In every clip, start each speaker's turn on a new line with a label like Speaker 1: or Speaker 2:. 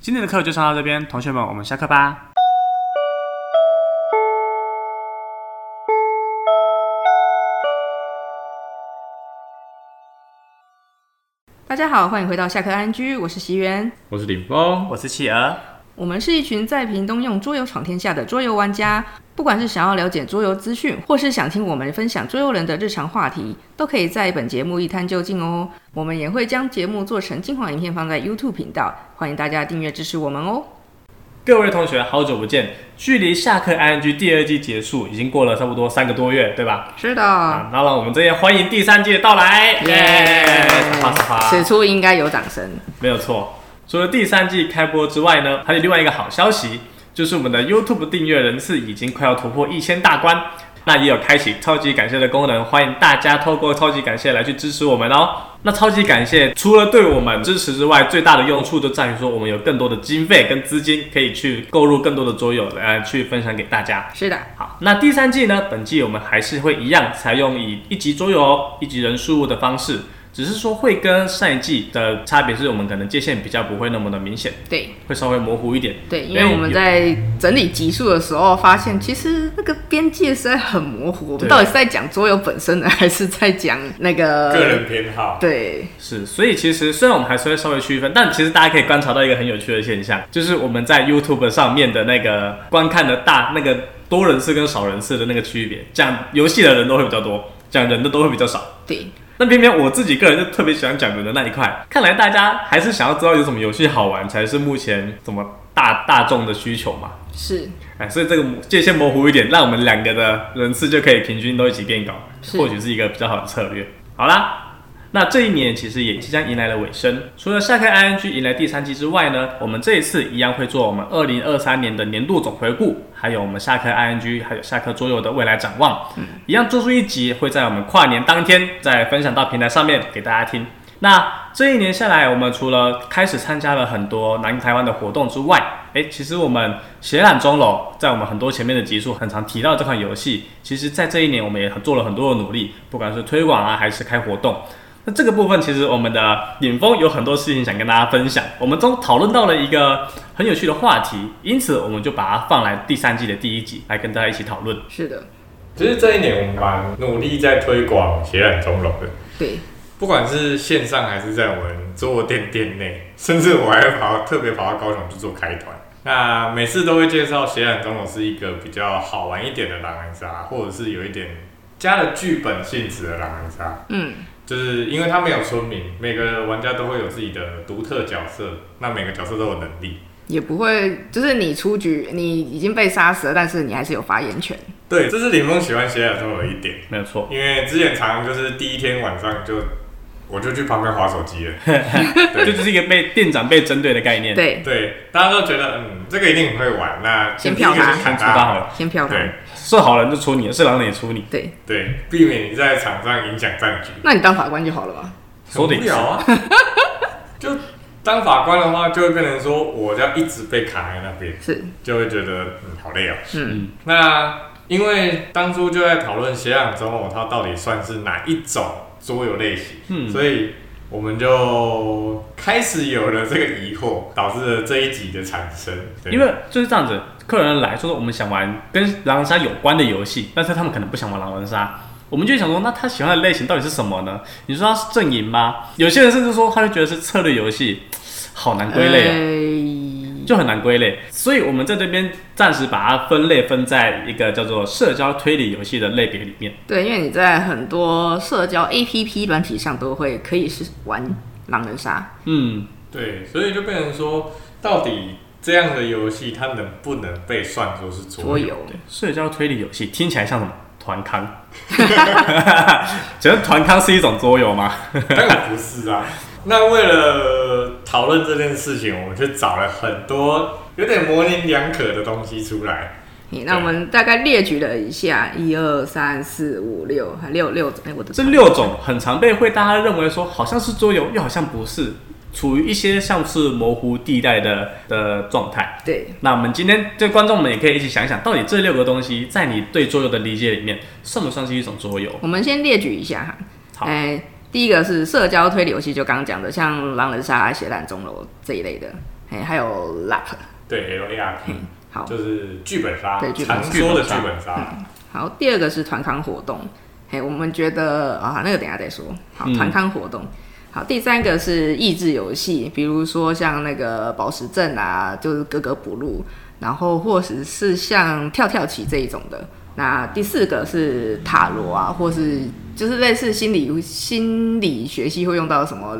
Speaker 1: 今天的课就上到这边，同学们，我们下课吧。
Speaker 2: 大家好，欢迎回到下课安居，我是席源。
Speaker 3: 我是林峰，
Speaker 1: 我是企鹅，
Speaker 2: 我们是一群在屏东用桌游闯天下的桌游玩家，不管是想要了解桌游资讯，或是想听我们分享桌游人的日常话题，都可以在本节目一探究竟哦。我们也会将节目做成精华影片放在 YouTube 频道，欢迎大家订阅支持我们哦。
Speaker 1: 各位同学，好久不见，距离下课 ING 第二季结束已经过了差不多三个多月，对吧？
Speaker 2: 是
Speaker 1: 啊
Speaker 2: 的，，
Speaker 1: 那让我们这边欢迎第三季的到来，耶！啪啪啪
Speaker 2: 此处应该有掌声。
Speaker 1: 没有错。除了第三季开播之外呢，还有另外一个好消息，就是我们的 YouTube 订阅人次已经快要突破一千大关，那也有开启超级感谢的功能，欢迎大家透过超级感谢来去支持我们哦。那超级感谢除了对我们支持之外，最大的用处就在于说我们有更多的经费跟资金可以去购入更多的桌游来去分享给大家。
Speaker 2: 是的，
Speaker 1: 好，那第三季呢？本季我们还是会一样采用以一集桌游、一集人数的方式，只是说会跟上一季的差别是我们可能界限比较不会那么的明显，
Speaker 2: 对
Speaker 1: 会稍微模糊一点。
Speaker 2: 对，
Speaker 3: 哎
Speaker 2: 因为我们在整理集数的时候发现，其实那个边界实在很模糊，我们
Speaker 1: 对
Speaker 2: 到底是在讲桌游本身呢， 还是在讲那
Speaker 3: 个
Speaker 2: 个？
Speaker 3: 人偏好，
Speaker 2: 对，
Speaker 1: 是，所以其实虽然我们还是会稍微区分，但其实大家可以观察到一个很有趣的现象，就是我们在 YouTube 上面的那个观看的大那个多人次跟少人次的那个区别，讲游戏的人都会比较多，讲人的都会比较少。
Speaker 2: 对，
Speaker 1: 那偏偏我自己个人就特别喜欢讲人的那一块，看来大家还是想要知道有什么游戏好玩，才是目前怎么大大众的需求嘛。
Speaker 2: 是
Speaker 1: 哎，所以这个界限模糊一点，让我们两个的人次就可以平均都一起变高，
Speaker 2: 是
Speaker 1: 或许是一个比较好的策略。好啦，那这一年其实也即将迎来了尾声。除了下课 ING 迎来第三季之外呢，我们这一次一样会做我们二零二三年的年度总回顾，还有我们下课 ING 还有下课桌游的未来展望，一样做出一集会在我们跨年当天再分享到平台上面给大家听。那这一年下来，我们除了开始参加了很多南台湾的活动之外，诶，其实我们血染钟楼在我们很多前面的集数很常提到这款游戏，其实在这一年我们也做了很多的努力，不管是推广啊，还是开活动。那这个部分其实我们的顶峰有很多事情想跟大家分享，我们中讨论到了一个很有趣的话题，因此我们就把它放来第三季的第一集来跟大家一起讨论。
Speaker 2: 是的，
Speaker 3: 其实这一年我们蛮努力在推广血染中龙的，
Speaker 2: 对，
Speaker 3: 不管是线上还是在我们坐店店内，甚至我还跑特别跑到高雄去做开团。那每次都会介绍血染中龙是一个比较好玩一点的狼人杀，或者是有一点加了剧本性质的狼人杀。
Speaker 2: 嗯，
Speaker 3: 就是因为他没有村民，每个玩家都会有自己的独特角色，那每个角色都有能力。
Speaker 2: 也不会，就是你出局，你已经被杀死了，但是你还是有发言权。
Speaker 3: 对，这是林峰喜欢血染中龙的一点。
Speaker 1: 没有错，
Speaker 3: 因为之前常常就是第一天晚上就我就去旁边划手 机了，
Speaker 1: 这就是一个被店长被针对的概
Speaker 3: 嗯
Speaker 1: 念。
Speaker 2: 对，
Speaker 3: 对，大家都觉得嗯这个一定很会玩，那
Speaker 2: 先票他
Speaker 3: 就是一个去砍
Speaker 1: 先出他
Speaker 3: 他
Speaker 1: 好
Speaker 3: 好
Speaker 1: 了
Speaker 3: 了，
Speaker 2: 先票他。
Speaker 3: 对
Speaker 1: 是好人就出你，是狼人也出你，
Speaker 2: 对，
Speaker 3: 对，避免你在场上影响战局，
Speaker 2: 那你当法官就好了嘛。
Speaker 1: 说的
Speaker 3: 很
Speaker 1: 也
Speaker 3: 无
Speaker 1: 是
Speaker 3: 聊啊。就当法官的话，就会变成说我要一直被卡在那边，
Speaker 2: 是，
Speaker 3: 就会觉得嗯好累哦。
Speaker 2: 嗯，
Speaker 3: 那因为当初就在讨论血氧中偶它到底算是哪一种桌游类型，
Speaker 1: 嗯
Speaker 3: 所以我们就开始有了这个疑惑，导致了这一集的产生。对
Speaker 1: 因为就是这样子，客人来说说我们想玩跟狼人杀有关的游戏，但是他们可能不想玩狼人杀，我们就想说，那他喜欢的类型到底是什么呢？你说他是阵营吗？有些人甚至说，他就觉得是策略游戏，好难归类、
Speaker 2: 呃
Speaker 1: 哦，
Speaker 3: 啊
Speaker 2: 类
Speaker 1: 就很难归类。所以我们在这边暂时把它分类分在一个叫做社交推理游戏的类别里面。
Speaker 2: 哎对，因为你在很多社交 APP 软体上都会可以是玩狼人杀。
Speaker 1: 嗯，
Speaker 3: 对，所以就变成说，到底这样的游戏它能不能被算作是
Speaker 2: 桌
Speaker 3: 桌游？
Speaker 2: 游，
Speaker 1: 社交推理游戏听起来像什么？团康， 觉得团康是一种桌游吗？
Speaker 3: 当然不是啊。那为了讨论这件事情，我们就找了很多有点模棱两可的东西出来。
Speaker 2: 嘿那我们
Speaker 1: 啊
Speaker 2: 大概列举了一下，一二三四五六，还六六，哎，我的
Speaker 1: 这六种很常被会大家认为说好像是桌游，又好像不是，处于一些像是模糊地带的的状态。
Speaker 2: 对
Speaker 1: 那我们今天对观众们也可以一起想一想，到底这六个东西在你对桌游的理解里面，算不算是一种桌游？
Speaker 2: 我们先列举一下哈。
Speaker 1: 好
Speaker 2: 哎、第一个是社交推理游戏，就刚刚讲的，像狼人杀、血染钟楼这一类的。哎，还有 LARP。
Speaker 3: 对 L A R P，
Speaker 2: 好，
Speaker 3: 就是剧本杀
Speaker 2: 哦对，剧本
Speaker 3: 常
Speaker 2: 杀嗯
Speaker 3: 说的剧本杀。
Speaker 2: 好，第二个是团康活动，嘿，我们觉得啊，那个等一下再说。好，
Speaker 1: 嗯
Speaker 2: 团康活动。好，第三个是益智游戏，比如说像那个宝石阵啊，就是格格不入，然后或者是像跳跳棋这一种的。那第四个是塔罗啊，或是就是类似心理心理学系会用到什么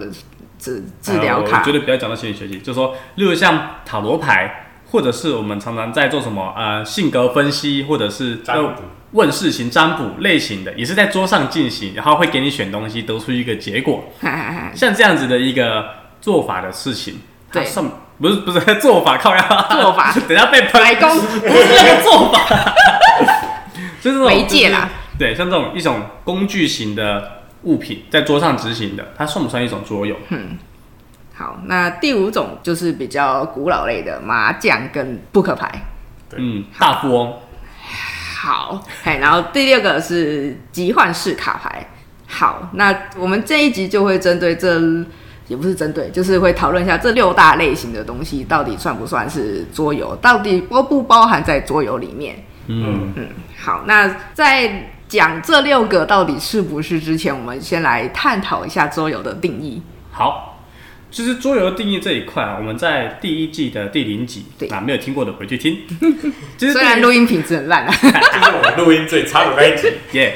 Speaker 2: 治治疗
Speaker 1: 呃我
Speaker 2: 卡
Speaker 1: 觉，得不要讲到心理学习，就是说，例如像塔罗牌，或者是我们常常在做什么呃性格分析，或者是
Speaker 3: 占卜
Speaker 1: 问事情占卜类型的，也是在桌上进行，然后会给你选东西，得出一个结果。像这样子的一个做法的事情，它
Speaker 2: 对
Speaker 1: 算不是 不是做法靠呀，
Speaker 2: 做 法
Speaker 1: 等一下被喷
Speaker 2: 白宫
Speaker 1: 不是那个做法，就是这种
Speaker 2: 媒介啦。
Speaker 1: 就是对，像这种一种工具型的物品在桌上执行的，它算不算一种桌 游？
Speaker 2: 好，那第五种就是比较古老类的麻将跟扑克牌。
Speaker 1: 嗯，大富翁。
Speaker 2: 好，哎，然后第六个是集换式卡牌。好，那我们这一集就会针对这，也不是针对，就是会讨论一下这六大类型的东西到底算不算是桌游，到底包不包含在桌游里面。
Speaker 1: 嗯，
Speaker 2: 嗯，好，那在讲这六个到底是不是之前，我们先来探讨一下桌游的定义。
Speaker 1: 好。其实桌游定义这一块啊，我们在第一季的第零集
Speaker 2: 对
Speaker 1: 啊，没有听过的回去 听。其实
Speaker 2: 虽
Speaker 1: 对于
Speaker 2: 然录音品质很烂啊，
Speaker 3: 就是我们录音最差的那一集。
Speaker 1: 耶、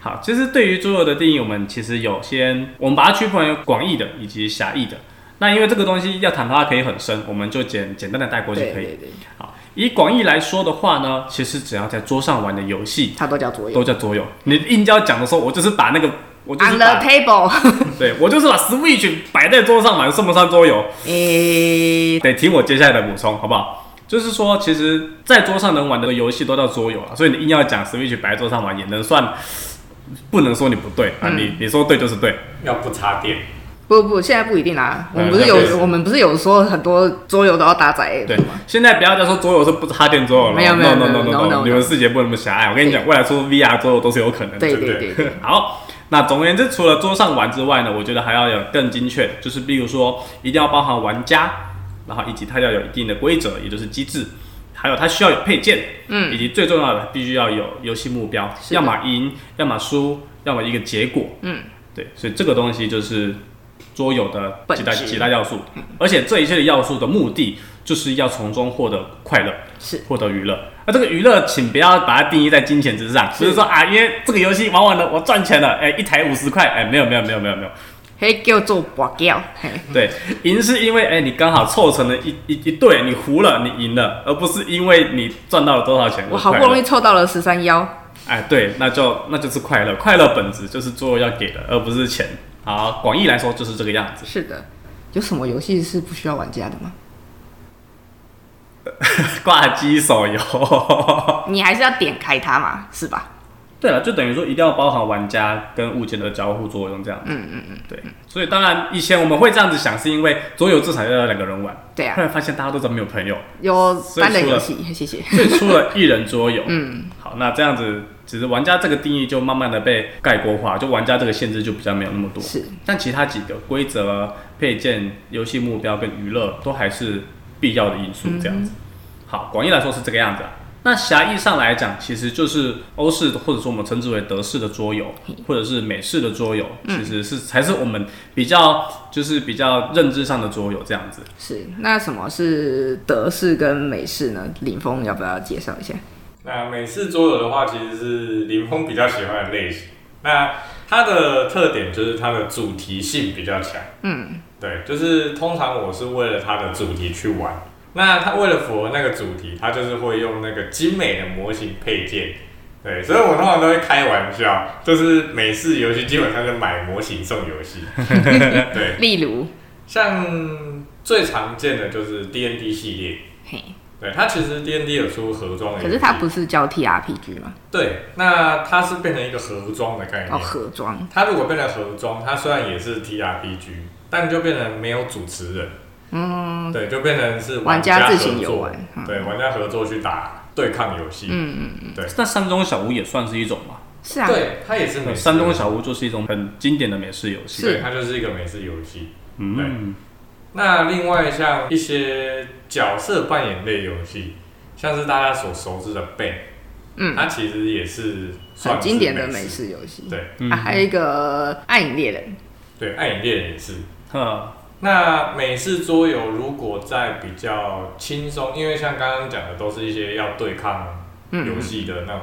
Speaker 1: 好，其实对于桌游的定义，我们其实有先，我们把它区分为广义的以及狭义的。那因为这个东西要谈的话可以很深，我们就简简单的带过
Speaker 2: 对
Speaker 1: 去可以。
Speaker 2: 对对，
Speaker 1: 好，以广义来说的话呢，其实只要在桌上玩的游戏
Speaker 2: 它都叫桌游。
Speaker 1: 都叫桌游。你硬要讲的时候，我就是把那个，我就
Speaker 2: On
Speaker 1: 是
Speaker 2: the
Speaker 1: 把，
Speaker 2: table，
Speaker 1: 对我就是把 Switch 摆在桌上玩，算不算桌游？
Speaker 2: 诶、
Speaker 1: 得听我接下来的补充，好不好？就是说，其实，在桌上能玩的游戏都叫桌游了，所以你硬要讲 Switch 摆在桌上玩，也能算，不能说你不对
Speaker 2: 嗯
Speaker 1: 啊，你你说对就是对，
Speaker 3: 要不插电，
Speaker 2: 不不，现在不一定啦。我们不是
Speaker 3: 嗯对
Speaker 2: 有我们不是有说很多桌游都要搭载
Speaker 1: 对。现在不要再说桌游是不插电桌游了
Speaker 2: 没有没有
Speaker 1: no, no,
Speaker 2: 没
Speaker 1: no,
Speaker 2: 有
Speaker 1: no,
Speaker 2: no, no, no
Speaker 1: 你们世界不能那么狭隘。我跟你讲，
Speaker 2: 对
Speaker 1: 未来说 VR 桌游都是有可能的。
Speaker 2: 对
Speaker 3: 对
Speaker 2: 对
Speaker 3: 不
Speaker 2: 对对，
Speaker 1: 好，那总而言之，除了桌上玩之外呢，我觉得还要有更精确，就是例如说，一定要包含玩家，然后以及它要有一定的规则，也就是机制，还有它需要有配件，嗯，以及最重要的必须要有游戏目标，
Speaker 2: 是的
Speaker 1: 要么赢，要么输，要么一个结果，嗯，对，所以这个东西就是桌游的
Speaker 2: 本
Speaker 1: 几大
Speaker 2: 质
Speaker 1: 几大要素，而且这一切的要素的目的就是要从中获得快乐，
Speaker 2: 是
Speaker 1: 获得娱乐。那、这个娱乐，请不要把它定义在金钱之上，不是说啊，因为这个游戏玩完了，我赚钱了，哎、一台五十块，哎、没有没有没有没有没有，
Speaker 2: 嘿叫做博掉，嘿，
Speaker 1: 对，赢是因为哎、你刚好凑成了一一一对，你胡了，你赢了，而不是因为你赚到了多少钱。
Speaker 2: 我好不容
Speaker 1: 易，
Speaker 2: 易凑到了十三幺，
Speaker 1: 哎、对，那就那就是快乐，快乐本质就是做要给的，而不是钱。好，广义来说就是这个样子。
Speaker 2: 是的。有什么游戏是不需要玩家的吗？
Speaker 1: 挂机手游，
Speaker 2: 你还是要点开它嘛，是吧？
Speaker 1: 对了，就等于说一定要包含玩家跟物件的交互作用这样。嗯嗯嗯，对。所以当然以前我们会这样子想，是因为桌游至少要有两个人玩，
Speaker 2: 对啊，
Speaker 1: 后 来发现大家都怎么没有朋友，
Speaker 2: 有
Speaker 1: 所以
Speaker 2: 单人
Speaker 1: 除了
Speaker 2: 游戏，谢谢。
Speaker 1: 所以出了一人桌游。
Speaker 2: 嗯，
Speaker 1: 好，那这样子，只是玩家这个定义就慢慢的被概括化，就玩家这个限制就比较没有那么多。
Speaker 2: 是，
Speaker 1: 但其他几个规则、啊配件、游戏目标跟娱乐都还是必要的因素，
Speaker 2: 嗯
Speaker 1: 这样子。好，广义来说是这个样子、啊。那狭义上来讲，其实就是欧式或者说我们称之为德式的桌游，或者是美式的桌游，
Speaker 2: 嗯
Speaker 1: 其实是才是我们比较就是比较认知上的桌游这样子。
Speaker 2: 是。那什么是德式跟美式呢？林峰要不要介绍一下？
Speaker 3: 那美式桌游的话，其实是林峰比较喜欢的类型。那它的特点就是它的主题性比较强。嗯，对，就是通常我是为了它的主题去玩。那它为了符合那个主题，它就是会用那个精美的模型配件。对，所以我通常都会开玩笑，就是美式游戏基本上就买模型送游 戏。对，
Speaker 2: 例如，
Speaker 3: 像最常见的就是 D N D 系列，
Speaker 2: 嘿，
Speaker 3: 对它其实 D N D 有出盒装的游戏，
Speaker 2: 可是它不是叫 TRPG 吗？
Speaker 3: 对，那它是变成一个盒装的概念。
Speaker 2: 哦，盒装。
Speaker 3: 它如果变成盒装，它虽然也是 T R P G，但就变成没有主持人。嗯，对，就变成是
Speaker 2: 玩
Speaker 3: 家
Speaker 2: 家自
Speaker 3: 合
Speaker 2: 行游
Speaker 3: 作
Speaker 2: 玩嗯
Speaker 3: 对，玩家合作去打对抗游戏。嗯嗯嗯，
Speaker 1: 那山中小屋也算是一种嘛？
Speaker 2: 是啊，
Speaker 3: 对，它也是美式
Speaker 1: 山中
Speaker 3: 游戏
Speaker 1: 小屋就是一种很经典的美式游
Speaker 2: 是
Speaker 1: 戏。
Speaker 3: 对，它就是一个美式游戏。
Speaker 1: 嗯，
Speaker 3: 那另外像一些角色扮演类游戏，像是大家所熟知的 b a n
Speaker 2: 嗯，
Speaker 3: 它其实也是算
Speaker 2: 很
Speaker 3: 是
Speaker 2: 经典的美
Speaker 3: 美式。
Speaker 2: 式游戏。
Speaker 3: 对
Speaker 1: 嗯
Speaker 2: 啊，还有一个《暗影猎人》，
Speaker 3: 对，《暗影猎人》也是。
Speaker 1: 哼，
Speaker 3: 那美式桌游如果在比较轻松，因为像刚刚讲的都是一些要对抗游戏的那种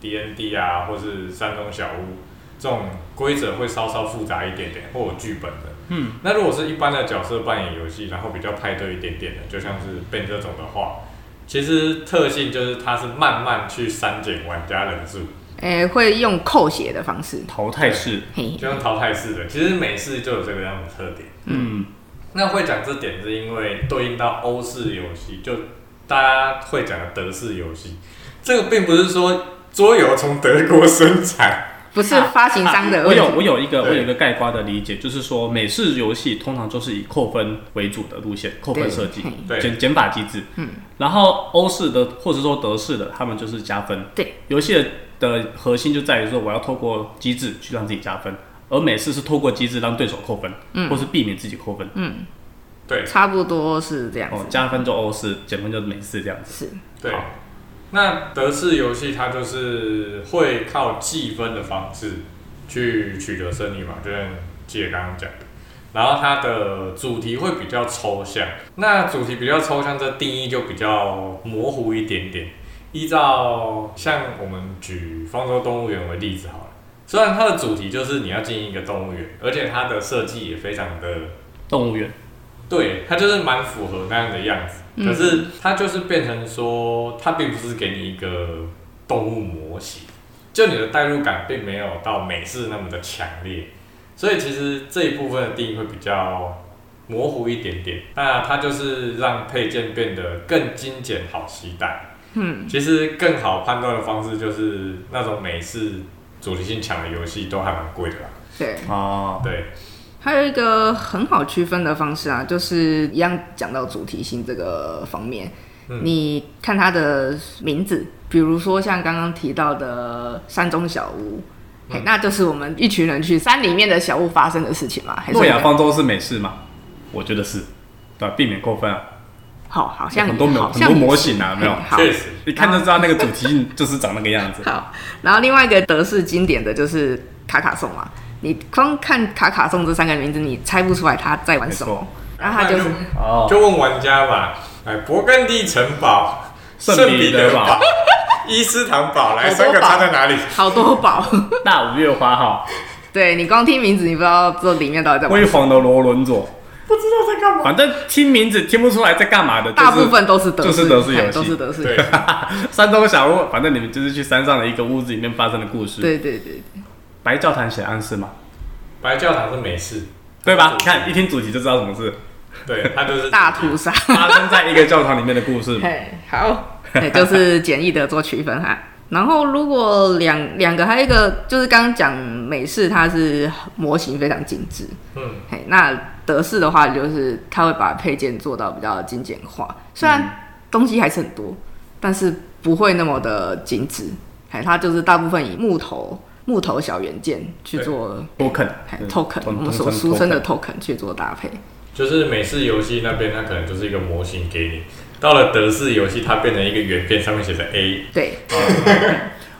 Speaker 3: D N D 啊，或是山中小屋这种规则会稍稍复杂一点点，或有剧本的。
Speaker 1: 嗯，
Speaker 3: 那如果是一般的角色扮演游戏，然后比较派对一点点的，就像是变这种的话，其实特性就是它是慢慢去删减玩家人数，
Speaker 2: 诶、会用扣血的方式。
Speaker 1: 淘汰式，
Speaker 2: 嘿，
Speaker 3: 就像淘汰式的。其实美式就有这个样的特点。
Speaker 1: 嗯，
Speaker 3: 那会讲这点是因为对应到欧式游戏，就大家会讲的德式游戏，这个并不是说桌游从德国生产，
Speaker 2: 不是发行商的
Speaker 1: 啊我
Speaker 2: 问题。
Speaker 1: 有我有一个
Speaker 3: 对
Speaker 1: 我有一个概括的理解，就是说美式游戏通常都是以扣分为主的路线，扣分设计
Speaker 2: 对，
Speaker 3: 嘿
Speaker 1: 减减法机制。
Speaker 2: 嗯，
Speaker 1: 然后欧式的或者说德式的，他们就是加分。
Speaker 2: 对，
Speaker 1: 游戏的的核心就在于说，我要透过机制去让自己加分，而美式是透过机制让对手扣分，
Speaker 2: 嗯
Speaker 1: 或是避免自己扣分。
Speaker 3: 对
Speaker 2: 差不多是这样
Speaker 1: 哦，
Speaker 2: 子。
Speaker 1: 加分就欧式，减分就是美式这样子。
Speaker 2: 是，
Speaker 3: 对
Speaker 1: 好。
Speaker 3: 那德式游戏它就是会靠计分的方式去取得胜利嘛，就像记得刚刚讲的。然后它的主题会比较抽象，那主题比较抽象，这定义就比较模糊一点点。依照像我们举方舟动物园为例子好了，虽然它的主题就是你要进一个动物园，而且它的设计也非常的
Speaker 1: 动物园，
Speaker 3: 对，它就是蛮符合那样的样子。
Speaker 2: 嗯
Speaker 3: 可是它就是变成说，它并不是给你一个动物模型，就你的代入感并没有到美式那么的强烈，所以其实这一部分的定义会比较模糊一点点。那它就是让配件变得更精简、好携带。
Speaker 2: 嗯，
Speaker 3: 其实更好判断的方式就是那种美式主题性强的游戏都还蛮贵的啦。
Speaker 2: 对。
Speaker 1: 哦，
Speaker 3: 对，
Speaker 2: 还有一个很好区分的方式啊，就是一样讲到主题性这个方面，
Speaker 3: 嗯
Speaker 2: 你看它的名字，比如说像刚刚提到的山中小屋。
Speaker 1: 嗯
Speaker 2: 嘿那就是我们一群人去山里面的小屋发生的事情嘛？还是
Speaker 1: 诺亚方舟是美式吗？我觉得是，对吧，避免扣分啊，
Speaker 2: 好，好像
Speaker 1: 很多模
Speaker 2: 好
Speaker 1: 很
Speaker 2: 像
Speaker 1: 多模型啊，有没有
Speaker 2: 嘿。好
Speaker 3: 确实，
Speaker 1: 一看就知道那个主题性就是长那个样子。
Speaker 2: 好，然后另外一个德式经典的就是卡卡颂嘛，你光看卡卡颂这三个名字，你猜不出来他在玩什么
Speaker 1: 没错，
Speaker 2: 然后他就是
Speaker 1: 哦，
Speaker 3: 就问玩家嘛，哎，勃艮第城堡、
Speaker 1: 圣彼
Speaker 3: 彼
Speaker 1: 得
Speaker 3: 得
Speaker 1: 堡
Speaker 3: 堡、 伊斯坦堡，来
Speaker 2: 好多
Speaker 3: 三个
Speaker 2: 堡
Speaker 3: 差在哪里？
Speaker 2: 好多宝。
Speaker 1: 大五月花号，
Speaker 2: 对你光听名字，你不知道这里面到底在玩
Speaker 1: 辉
Speaker 2: 什么。
Speaker 1: 煌的罗伦佐，
Speaker 3: 不知道在干嘛。
Speaker 1: 反正听名字听不出来在干嘛的，就是
Speaker 2: 大部分都是德式，
Speaker 1: 就是德式游戏
Speaker 2: 嘿都是德式。
Speaker 3: 对
Speaker 2: 游戏。
Speaker 1: 山中小屋，反正你们就是去山上的一个屋子里面发生的故事。
Speaker 2: 对对对，
Speaker 1: 白教堂写暗示嘛，
Speaker 3: 白教堂是美式，
Speaker 1: 对吧？
Speaker 3: 主
Speaker 1: 你
Speaker 3: 题
Speaker 1: 看一听主题就知道什么是
Speaker 3: 对，它就是
Speaker 2: 大屠杀。
Speaker 1: 发生在一个教堂里面的故事嘛。
Speaker 2: 嘿，好，对，就是简易的做区分哈。然后如果两两个，还有一个就是刚刚讲美式，它是模型非常精致，
Speaker 3: 嗯，
Speaker 2: 嘿，那德式的话就是它会把配件做到比较精简化，虽
Speaker 1: 嗯
Speaker 2: 然东西还是很多，但是不会那么的精致，嘿，它就是大部分以木头木头小元件去做。
Speaker 1: token
Speaker 2: 嘿
Speaker 1: 对
Speaker 2: token，我
Speaker 1: 统
Speaker 2: 们所
Speaker 1: 统称
Speaker 2: 俗称的
Speaker 1: token
Speaker 2: token 去做搭配，
Speaker 3: 就是美式游戏那边，它可能就是一个模型给你。到了德式游戏，它变成一个圆片，上面写着 A。
Speaker 2: 对，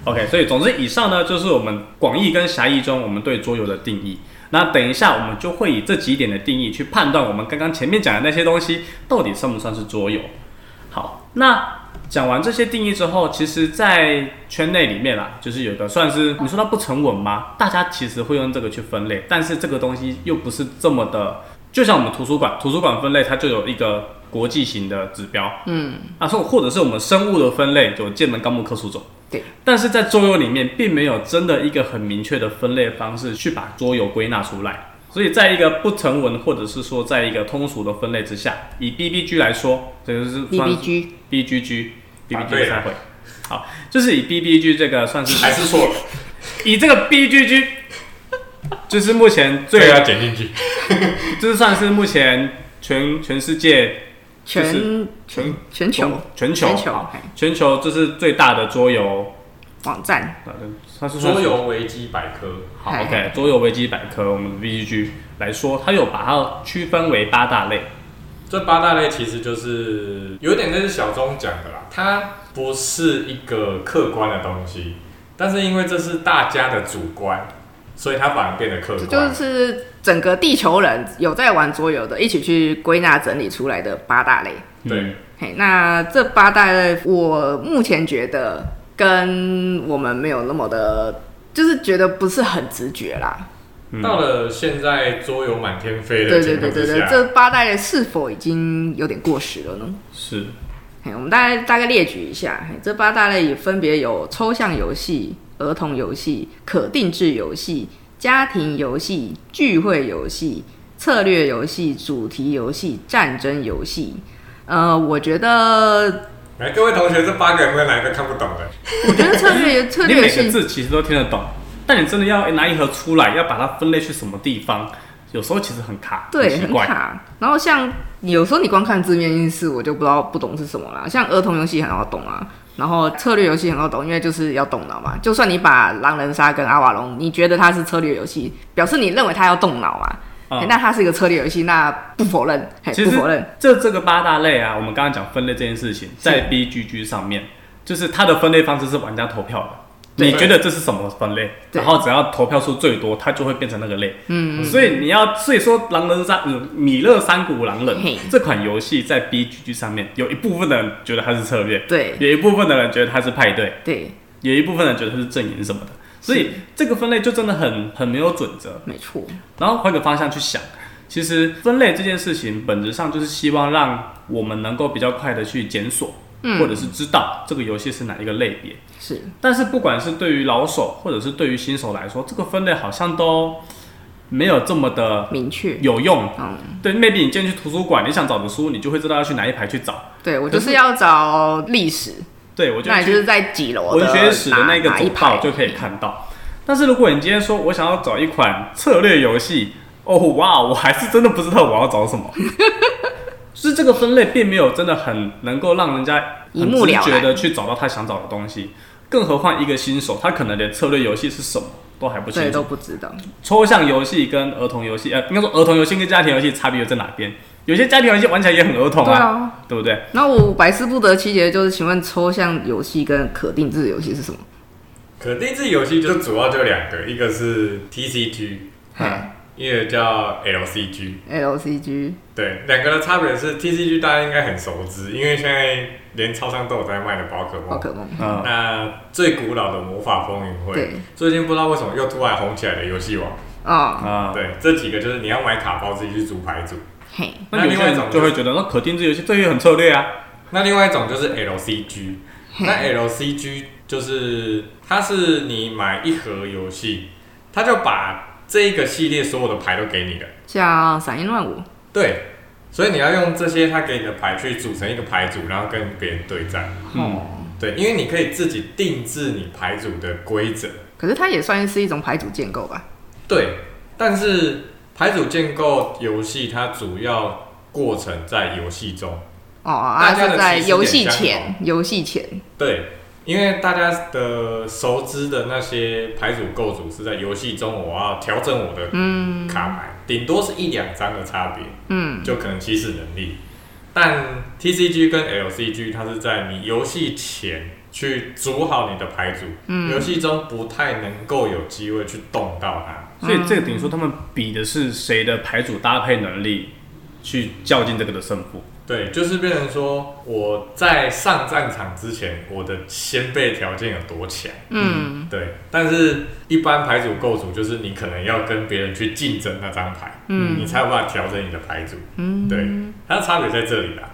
Speaker 1: OK，所以总之以上呢，就是我们广义跟狭义中我们对桌游的定义。那等一下我们就会以这几点的定义去判断我们刚刚前面讲的那些东西到底算不算是桌游。好，那讲完这些定义之后，其实，在圈内里面啦，就是有一个
Speaker 2: 嗯
Speaker 1: 算是你说它不成文吗？大家其实会用这个去分类，但是这个东西又不是这么的，就像我们图书馆，图书馆分类它就有一个国际型的指标，
Speaker 2: 嗯，
Speaker 1: 啊，或或者是我们生物的分类有剑门纲目科属种。
Speaker 2: 对，
Speaker 1: 但是在桌游里面，并没有真的一个很明确的分类方式去把桌游归纳出来。所以，在一个不成文或者是说在一个通俗的分类之下，以 B B G 来说，这就是
Speaker 2: B B G
Speaker 1: B G G B B
Speaker 3: 啊哎
Speaker 1: G
Speaker 3: 对
Speaker 1: 三回，好，就是以 B B G 这个算是
Speaker 3: 还是错了，
Speaker 1: 以这个 B G G，就是目前
Speaker 3: 这
Speaker 1: 最
Speaker 3: 个要啊剪进去。
Speaker 1: 就是算是目前全全世界
Speaker 2: 全
Speaker 1: 全
Speaker 2: 全球
Speaker 1: 全球
Speaker 2: 全球嘿
Speaker 1: 全球就是最大的桌游，
Speaker 2: 网站，
Speaker 1: 呃它是算
Speaker 3: 桌游维基百科，
Speaker 1: 好
Speaker 2: 嗨
Speaker 1: ，OK，桌游维基百科，我们的 VGG 来说，它有把它区分为八大类。
Speaker 3: 这八大类其实就是有点类似小钟讲的啦，它不是一个客观的东西，但是因为这是大家的主观，所以它反而变得客
Speaker 2: 这
Speaker 3: 观。
Speaker 2: 就是整个地球人有在玩桌游的，一起去归纳整理出来的八大类。
Speaker 3: 对，
Speaker 2: 嘿，那这八大类，我目前觉得跟我们没有那么的，就是觉得不是很直觉啦。
Speaker 1: 嗯
Speaker 3: 到了现在桌游满天飞的
Speaker 2: 对对
Speaker 3: 情
Speaker 2: 对
Speaker 3: 况
Speaker 2: 对
Speaker 3: 之
Speaker 2: 对，
Speaker 3: 下，
Speaker 2: 这八大类是否已经有点过时了呢？
Speaker 1: 是
Speaker 2: 嘿，我们大概大概列举一下，嘿这八大类也分别有抽象游戏、儿童游戏、可定制游戏、家庭游戏、聚会游戏、策略游戏、主题游戏、战争游戏。呃，我觉得，
Speaker 3: 来各位同学，这八个有没有哪一个看不懂的？
Speaker 2: 我觉得策 略策
Speaker 1: 你
Speaker 2: 略游
Speaker 1: 每个
Speaker 2: 戏，
Speaker 1: 字其实都听得懂，但你真的要拿一盒出来，要把它分类去什么地方，有时候其实很卡，
Speaker 2: 对，
Speaker 1: 很奇
Speaker 2: 很
Speaker 1: 怪。
Speaker 2: 卡。然后像有时候你光看字面意思，我就不知道不懂是什么啦。像儿童游戏很好懂啊，然后策略游戏很好懂，因为就是要动脑嘛。就算你把狼人杀跟阿瓦隆，你觉得它是策略游戏，表示你认为它要动脑嘛。
Speaker 1: 嗯
Speaker 2: 嘿那它是一个策略游戏，那不否认，嘿
Speaker 1: 其
Speaker 2: 不
Speaker 1: 实
Speaker 2: 否认。
Speaker 1: 这这个八大类啊，我们刚刚讲分类这件事情，在 BGG 上面，就是它的分类方式是玩家投票的。
Speaker 3: 对
Speaker 1: 你觉得这是什么分类？
Speaker 2: 对
Speaker 1: 然后只要投票数最多，它就会变成那个类。嗯，所以你要，所以说狼人杀，嗯，米勒山谷狼人
Speaker 2: 嘿
Speaker 1: 这款游戏在 BGG 上面，有一部分的人觉得它是策略，
Speaker 2: 对
Speaker 1: 有一部分的人觉得它是派对，
Speaker 2: 对，
Speaker 1: 有一部分人觉得它是阵营什么的。所以这个分类就真的很很没有准则。
Speaker 2: 没错，
Speaker 1: 然后换个方向去想，其实分类这件事情本质上就是希望让我们能够比较快的去检索，
Speaker 2: 嗯
Speaker 1: 或者是知道这个游戏是哪一个类别。
Speaker 2: 是
Speaker 1: 但是不管是对于老手或者是对于新手来说，这个分类好像都没有这么的
Speaker 2: 明确。
Speaker 1: 有用。
Speaker 2: 嗯，
Speaker 1: 对，maybe 你今天去图书馆，你想找的书，你就会知道要去哪一排去找。
Speaker 2: 对我
Speaker 1: 可
Speaker 2: 就是是要找历史，
Speaker 1: 对我就
Speaker 2: 那也
Speaker 1: 去
Speaker 2: 就是在几楼
Speaker 1: 文学史的
Speaker 2: 哪
Speaker 1: 那个
Speaker 2: 哪
Speaker 1: 走
Speaker 2: 一
Speaker 1: 道
Speaker 2: 排
Speaker 1: 就可以看到。但是如果你今天说我想要找一款策略游戏，哦哇，我还是真的不知道我要找什么。 就是这个分类并没有真的很能够让人家
Speaker 2: 一目了然
Speaker 1: 很直觉的去找到他想找的东西，更何况一个新手，他可能连策略游戏是什么都还不
Speaker 2: 对
Speaker 1: 清
Speaker 2: 都
Speaker 1: 楚。
Speaker 2: 不知道。
Speaker 1: 抽象游戏跟儿童游戏，呃，应该说儿童游戏跟家庭游戏差别又在哪边？有些家庭游戏玩起来也很儿童
Speaker 2: 对
Speaker 1: 啊，
Speaker 2: 啊，
Speaker 1: 对不对？
Speaker 2: 那我百思不得其解，就是请问抽象游戏跟可定制游戏是什么？
Speaker 3: 可定制游戏就主要就两个，一个是 TCG，一个叫 LCG。
Speaker 2: LCG
Speaker 3: 对，两个的差别是 TCG 大家应该很熟知，因为现在连超商都有在卖的宝可
Speaker 2: 宝
Speaker 3: 梦。
Speaker 2: 可梦，
Speaker 1: 嗯、
Speaker 3: 那最古老的魔法风云
Speaker 2: 对
Speaker 3: 会，最近不知道为什么又突然红起来的游戏王。
Speaker 2: 哦，
Speaker 1: 啊，
Speaker 3: 对，这几个就是你要买卡包自己去组牌组。
Speaker 2: 嘿，
Speaker 1: 那有些人就会觉得，那可定制游戏这也很策略啊。
Speaker 3: 那另外一种就是 LCG，那 LCG 就是它是你买一盒游戏，它就把这个系列所有的牌都给你了。
Speaker 2: 像散音乱舞，
Speaker 3: 对，所以你要用这些他给你的牌去组成一个牌组，然后跟别人对战。
Speaker 2: 哦，
Speaker 3: 对，因为你可以自己定制你牌组的规则。
Speaker 2: 可是它也算是一种牌组建构吧？
Speaker 3: 对，但是牌组建构游戏它主要过程在游戏中。
Speaker 2: 哦，啊，
Speaker 3: 大家的
Speaker 2: 是在
Speaker 3: 起始点
Speaker 2: 游戏
Speaker 3: 相同
Speaker 2: 前，游戏前，
Speaker 3: 对，因为大家的熟知的那些牌组构组是在游戏中，我要调整我的
Speaker 2: 嗯
Speaker 3: 卡牌，顶多是一两张的差别，
Speaker 2: 嗯，
Speaker 3: 就可能起始能力。但 TCG 跟 LCG 它是在你游戏前去组好你的牌组，
Speaker 2: 嗯
Speaker 3: 游戏、中不太能够有机会去动到它。
Speaker 1: 所以这个等于说他们比的是谁的牌组搭配能力，去较劲这个的胜负。
Speaker 3: 对，就是变成说我在上战场之前，我的先备条件有多强。
Speaker 2: 嗯，
Speaker 3: 对，但是一般牌组构组就是你可能要跟别人去竞争那张牌，嗯，你才有办法调整你的牌组，嗯，对，它的差别在这里啦。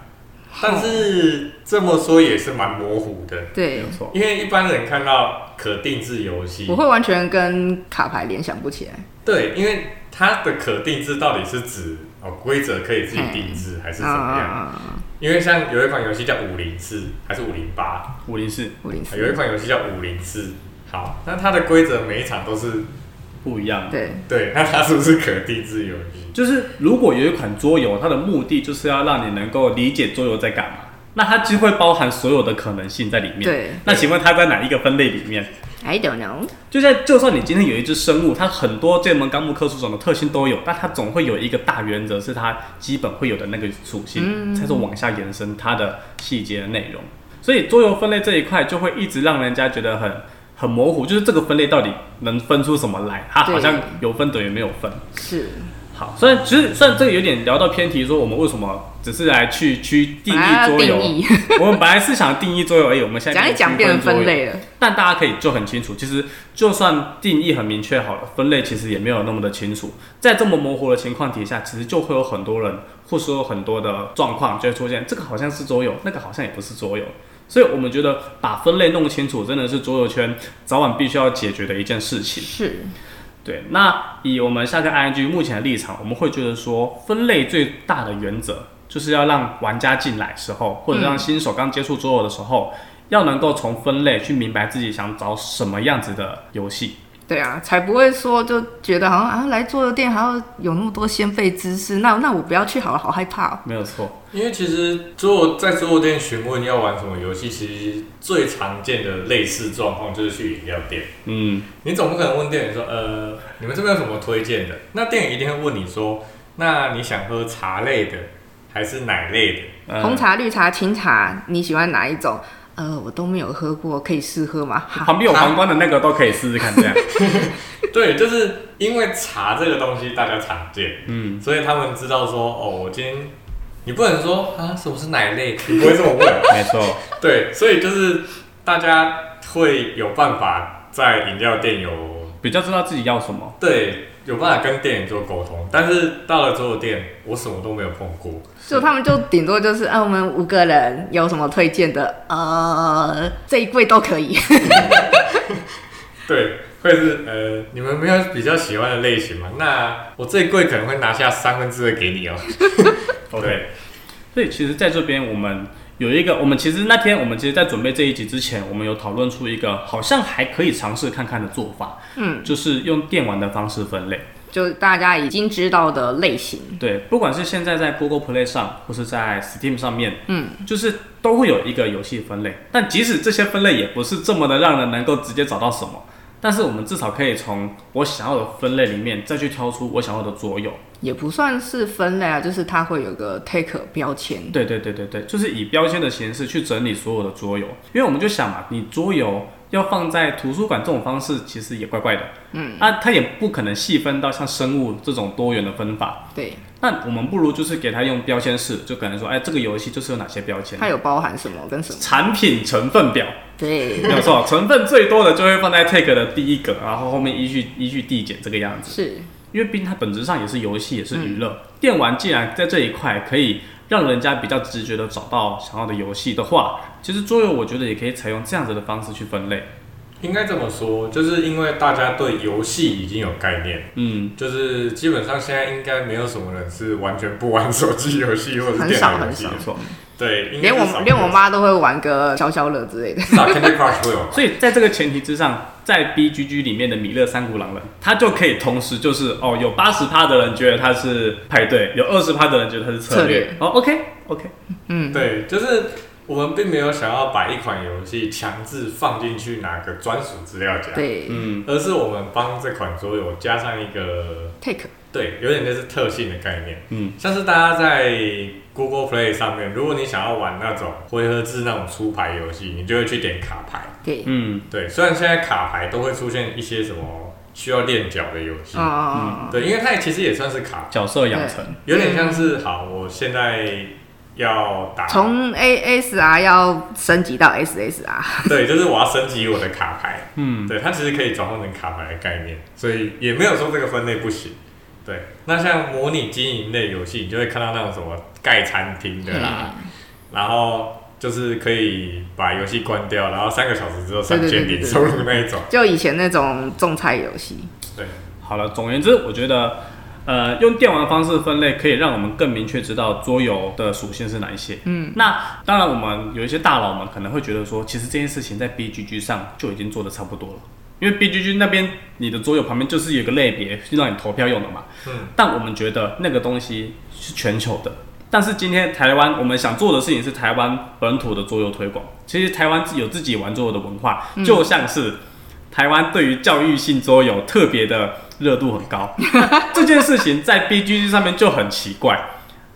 Speaker 3: 但是这么说也是蛮模糊的，
Speaker 1: 没
Speaker 2: 对
Speaker 1: 有，错，
Speaker 3: 因为一般人看到可定制游戏
Speaker 2: 我，会完全跟卡牌联想不起来，
Speaker 3: 对，因为它的可定制到底是指哦规则可以自己定制还是怎么样？
Speaker 2: 啊，
Speaker 3: 因为像有一款游戏叫五零四还是五零八，
Speaker 1: 五零四
Speaker 2: 五零
Speaker 3: 有一
Speaker 2: 四，
Speaker 3: 款游戏叫五零四，好，那它的规则每一场都是
Speaker 1: 不一样。
Speaker 2: 对，
Speaker 3: 对，那它是不是可定制游戏？
Speaker 1: 就是如果有一款桌游，它的目的就是要让你能够理解桌游在干嘛，那它就会包含所有的可能性在里面。
Speaker 2: 对
Speaker 1: 那请问它在哪一个分类里面？
Speaker 2: I don't know。
Speaker 1: 就在就算你今天有一只生物，它很多这门纲目科属种的特性都有，但它总会有一个大原则是它基本会有的那个属
Speaker 2: 嗯
Speaker 1: 性，才是往下延伸它的细节的内容。所以桌游分类这一块就会一直让人家觉得很很模糊，就是这个分类到底能分出什么来？它好像
Speaker 2: 对
Speaker 1: 有分等于没有分。
Speaker 2: 是
Speaker 1: 好，虽然其实虽然这个有点聊到偏题，说我们为什么只是来去去定义
Speaker 2: 啊
Speaker 1: 桌游，
Speaker 2: 定义
Speaker 1: 我们本来是想定义桌游哎而已，我们现在
Speaker 2: 讲一讲
Speaker 1: 定
Speaker 2: 变
Speaker 1: 义
Speaker 2: 成
Speaker 1: 区分
Speaker 2: 分
Speaker 1: 桌游
Speaker 2: 类了，
Speaker 1: 但大家可以就很清楚，其实就算定义很明确好了，分类其实也没有那么的清楚。在这么模糊的情况底下，其实就会有很多人，或是有很多的状况就会出现，这个好像是桌游，那个好像也不是桌游。所以我们觉得把分类弄清楚，真的是桌游圈早晚必须要解决的一件事情。
Speaker 2: 是
Speaker 1: 对，那以我们下个 ING 目前的立场，我们会觉得说，分类最大的原则就是要让玩家进来时候，或
Speaker 2: 嗯
Speaker 1: 者让新手刚接触桌游的时候，要能够从分类去明白自己想找什么样子的游戏。
Speaker 2: 对啊，才不会说就觉得好像啊来桌游店还要有那么多先辈知识，那那我不要去好了，好害怕哦。
Speaker 1: 没有错，
Speaker 3: 因为其实桌游在桌游店询问要玩什么游戏，其实最常见的类似状况就是去饮料店。
Speaker 1: 嗯，
Speaker 3: 你总不可能问店员说，呃，你们这边有什么推荐的？那店员一定会问你说，那你想喝茶类的还是奶类的？
Speaker 1: 呃
Speaker 2: 红茶、绿茶、清茶，你喜欢哪一种？呃，我都没有喝过，可以试喝吗？好，
Speaker 1: 旁边有皇冠的那个都可以试试看，这样。
Speaker 3: 对，就是因为茶这个东西大家常见，嗯，所以他们知道说，哦，我今天你不能说啊什么是奶类， 你不会这么问，
Speaker 1: 没错，
Speaker 3: 对，所以就是大家会有办法在饮料店有
Speaker 1: 比较知道自己要什么。
Speaker 3: 对有办法跟店员做沟通，但是到了桌游店，我什么都没有碰过，
Speaker 2: 就他们就顶多就是，啊，我们五个人有什么推荐的？呃，这一柜都可以。
Speaker 3: 对，会是呃，你们没有比较喜欢的类型吗？那我这一柜可能会拿下三分之二给你哦。对，
Speaker 1: 所以其实在这边我们有一个，我们其实那天我们其实，在准备这一集之前，我们有讨论出一个好像还可以尝试看看的做法，
Speaker 2: 嗯，
Speaker 1: 就是用电玩的方式分类。
Speaker 2: 就大家已经知道的类型，
Speaker 1: 对，不管是现在在 Google Play 上，或是在 Steam 上面，
Speaker 2: 嗯，
Speaker 1: 就是都会有一个游戏分类。但即使这些分类也不是这么的让人能够直接找到什么，但是我们至少可以从我想要的分类里面再去挑出我想要的桌游。
Speaker 2: 也不算是分类啊，就是它会有个 take 标签。
Speaker 1: 对对对对对，就是以标签的形式去整理所有的桌游，因为我们就想嘛，你桌游要放在图书馆这种方式，其实也怪怪的，嗯，啊，它也不可能细分到像生物这种多元的分法。
Speaker 2: 对，
Speaker 1: 那我们不如就是给它用标签式，就可能说，哎，这个游戏就是有哪些标签，
Speaker 2: 它有包含什么跟什么？
Speaker 1: 产品成分表，
Speaker 2: 对，
Speaker 1: 没有错， 成分最多的就会放在 take 的第一个，然后后面依据依据递减这个样子。
Speaker 2: 是
Speaker 1: 因为毕竟它本质上也是游戏，也是娱乐。电玩既然在这一块可以让人家比较直觉的找到想要的游戏的话，其实桌游我觉得也可以采用这样子的方式去分类。
Speaker 3: 应该这么说，就是因为大家对游戏已经有概念，
Speaker 1: 嗯，
Speaker 3: 就是基本上现在应该没有什么人是完全不玩手机游戏或者是
Speaker 2: 很
Speaker 3: 电
Speaker 2: 少
Speaker 3: 脑游
Speaker 2: 很
Speaker 3: 戏
Speaker 2: 少
Speaker 3: 的。
Speaker 1: 没错。
Speaker 3: 对，应该
Speaker 2: 连
Speaker 3: 是
Speaker 2: 我
Speaker 3: 少
Speaker 2: 连我妈都会玩个消消乐之类的。
Speaker 3: 至少 Candy Crush 会有吧。
Speaker 1: 所以在这个前提之上，在 BGG 里面的米勒三股狼人，他就可以同时就是哦，有八十趴的人觉得他是派对，有二十趴的人觉得他是策
Speaker 2: 策
Speaker 1: 略。
Speaker 2: 略
Speaker 1: 哦，OK OK，
Speaker 2: 嗯，
Speaker 3: 对，就是我们并没有想要把一款游戏强制放进去哪个专属资料夹，
Speaker 2: 对
Speaker 1: 嗯，
Speaker 3: 而是我们帮这款桌游加上一个
Speaker 2: take
Speaker 3: 对，有点类似特性的概念。
Speaker 1: 嗯，
Speaker 3: 像是大家在 Google Play 上面，如果你想要玩那种回合制那种出牌游戏，你就会去点卡牌。
Speaker 2: 对，
Speaker 1: 嗯，
Speaker 3: 对，虽然现在卡牌都会出现一些什么需要练脚的游戏，
Speaker 2: 哦，
Speaker 3: 对，因为它也其实也算是卡，
Speaker 1: 角色养成，
Speaker 3: 有点像是好，我现在要打，
Speaker 2: 从 ASR 要升级到 SSR，
Speaker 3: 对，就是我要升级我的卡牌。
Speaker 1: 嗯，
Speaker 3: 对，它其实可以转换成卡牌的概念，所以也没有说这个分类不行。对，那像模拟经营类游戏，你就会看到那种什么盖餐厅的啦，
Speaker 2: 嗯
Speaker 3: 然后就是可以把游戏关掉，然后三个小时之后上
Speaker 2: 对对
Speaker 3: 线
Speaker 2: 对对
Speaker 3: 领
Speaker 2: 对
Speaker 3: 收入那一种。
Speaker 2: 就以前那种种菜游戏。
Speaker 3: 对，
Speaker 1: 好了，总而言之，我觉得，呃，用电玩的方式分类，可以让我们更明确知道桌游的属性是哪一些。嗯，那当然，我们有一些大佬们可能会觉得说，其实这件事情在 BGG 上就已经做的差不多了。因为 BGG 那边你的桌游旁边就是有一个类别是让你投票用的嘛，
Speaker 3: 嗯，
Speaker 1: 但我们觉得那个东西是全球的。但是今天台湾我们想做的事情是台湾本土的桌游推广，其实台湾自有自己玩桌游的文化，就像是台湾对于教育性桌游特别的热度 很高，这件事情在 BGG 上面就很奇怪。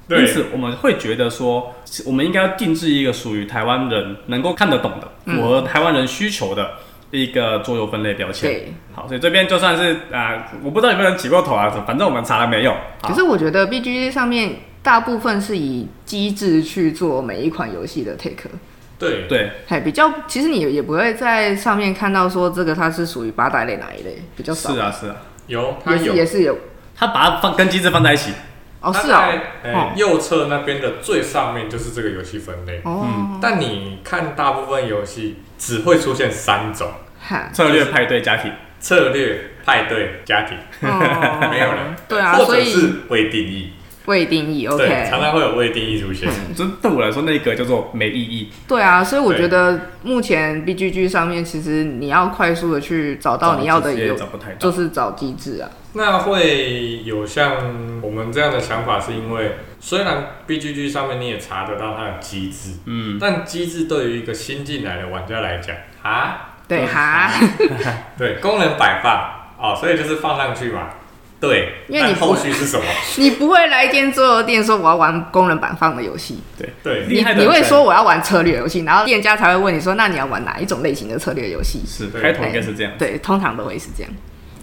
Speaker 1: 因
Speaker 3: 对
Speaker 1: 此，我们会觉得说，我们应该要定制一个属于台湾人能够看得懂的、
Speaker 2: 嗯
Speaker 1: 符合台湾人需求的一个桌游分类标签。
Speaker 2: 对，
Speaker 1: 好，所以这边就算是啊、我不知道有没有人起过头啊，反正我们查了没有。好
Speaker 2: 可是我觉得 B G G 上面大部分是以机制去做每一款游戏的 take，
Speaker 3: 对
Speaker 1: 对，
Speaker 2: 还比较，其实你也不会在上面看到说这个它是属于八大类哪一类，比较少。
Speaker 1: 是啊是啊，
Speaker 3: 有它
Speaker 2: 也是
Speaker 3: 有
Speaker 2: 也是有
Speaker 1: 他把它放跟机制放在一起，
Speaker 2: 哦，
Speaker 3: 它
Speaker 2: 是啊
Speaker 3: 在，
Speaker 2: 哦
Speaker 3: 呃右侧那边的最上面就是这个游戏分类。
Speaker 2: 哦，
Speaker 3: 但你看，大部分游戏只会出现三种：
Speaker 2: 哈，
Speaker 1: 策略派对家庭。
Speaker 3: 策略、派对、家庭，
Speaker 2: 哦
Speaker 3: 没有了。
Speaker 2: 对啊，
Speaker 3: 或
Speaker 2: 所
Speaker 3: 者
Speaker 2: 以
Speaker 3: 是未定义。
Speaker 2: 未定义
Speaker 3: 对，常
Speaker 2: ，OK，
Speaker 3: 常会有未定义出现。
Speaker 2: 嗯
Speaker 1: 这对我来说，那个叫做没意义。
Speaker 2: 对啊，所以我觉得目前 B G G 上面其实你要快速的去找到哦你要的
Speaker 1: 找直接
Speaker 2: 有，
Speaker 1: 找不太到
Speaker 2: 就。是找机制啊，
Speaker 3: 那会有像我们这样的想法，是因为虽然 B G G 上面你也查得到它的机制，
Speaker 1: 嗯，
Speaker 3: 但机制对于一个新进来的玩家来讲，啊，
Speaker 2: 对哈，
Speaker 3: 对，功能摆放哦，所以就是放上去嘛。对，
Speaker 2: 因为你
Speaker 3: 但后续是什么？
Speaker 2: 你不会来一间桌游店说我要玩工人版放的游 戏，
Speaker 3: 对，
Speaker 2: 你
Speaker 1: 厉害的
Speaker 2: 你会
Speaker 1: 人
Speaker 2: 说我要玩策略游戏，然后店家才会问你说那你要玩哪一种类型的策略游戏？
Speaker 1: 是
Speaker 3: 对
Speaker 1: 开头应该是这样。
Speaker 2: 对，通常都会是这样。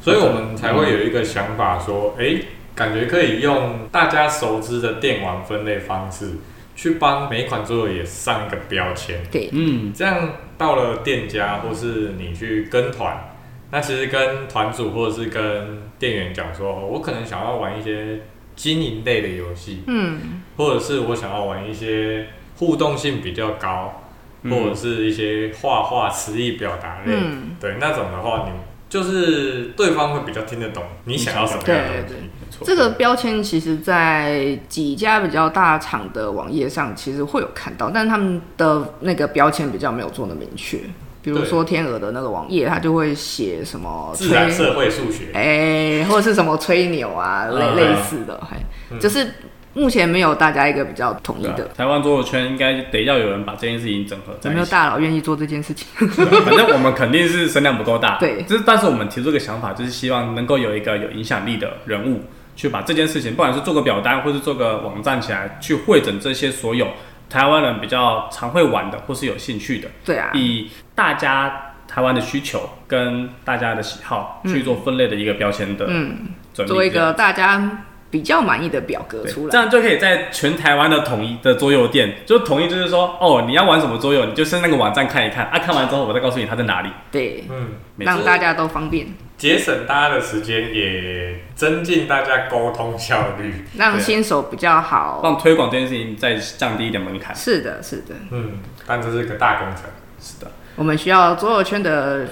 Speaker 3: 所以我们才会有一个想法说，诶，感觉可以用大家熟知的电玩分类方式，去帮每一款桌游也上一个标签。
Speaker 2: 对，
Speaker 1: 嗯，
Speaker 3: 这样到了店家或是你去跟团，那其实跟团主或者是跟店员讲说，哦我可能想要玩一些经营类的游戏，
Speaker 2: 嗯，
Speaker 3: 或者是我想要玩一些互动性比较高，
Speaker 1: 嗯
Speaker 3: 或者是一些画画词意表达类，
Speaker 2: 嗯
Speaker 3: 对那种的话，你就是对方会比较听得懂你想要什么样的
Speaker 2: 对对
Speaker 3: 东西。
Speaker 1: 没错。
Speaker 2: 这个标签其实，在几家比较大厂的网页上其实会有看到，但他们的那个标签比较没有做的明确。比如说天鹅的那个网页，它就会写什么
Speaker 3: 自然
Speaker 2: 吹
Speaker 3: 社会数学，
Speaker 2: 哎、或者是什么吹牛啊，类、
Speaker 1: 嗯
Speaker 2: 类似的，嘿，就是目前没有大家一个比较统一
Speaker 1: 对啊
Speaker 2: 的。
Speaker 1: 台湾桌游圈应该得要有人把这件事情整合
Speaker 2: 有
Speaker 1: 在一
Speaker 2: 没有
Speaker 1: 起。啊
Speaker 2: 大佬愿意做这件事情？
Speaker 1: 反正我们肯定是声量不够大，
Speaker 2: 对
Speaker 1: 就是但是我们提出这个想法，就是希望能够有一个有影响力的人物去把这件事情，不管是做个表单，或是做个网站起来，去汇整这些所有台湾人比较常会玩的，或是有兴趣的，
Speaker 2: 对啊，
Speaker 1: 以大家台湾的需求跟大家的喜好去做分类的一个标签的
Speaker 2: 嗯，
Speaker 1: 整理，
Speaker 2: 做一
Speaker 1: 这样
Speaker 2: 个大家比较满意的表格
Speaker 1: 对
Speaker 2: 出
Speaker 1: 这
Speaker 2: 来。
Speaker 1: 样就可以在全台湾的统一的桌游店，就统一就是说，哦，你要玩什么桌游，你就上那个网站看一看，啊，看完之后我再告诉你它在哪里。
Speaker 2: 对，
Speaker 3: 嗯，
Speaker 1: 没
Speaker 2: 让
Speaker 1: 错，
Speaker 2: 大家都方便，
Speaker 3: 节省大家的时间，也增进大家沟通效率。
Speaker 2: 让
Speaker 1: 对啊
Speaker 2: 新手比较好。
Speaker 1: 让推广这件事情再降低一点门槛。
Speaker 2: 是的，是的，
Speaker 3: 嗯，但这是个大工程。
Speaker 1: 是的，
Speaker 2: 我们需要所有圈的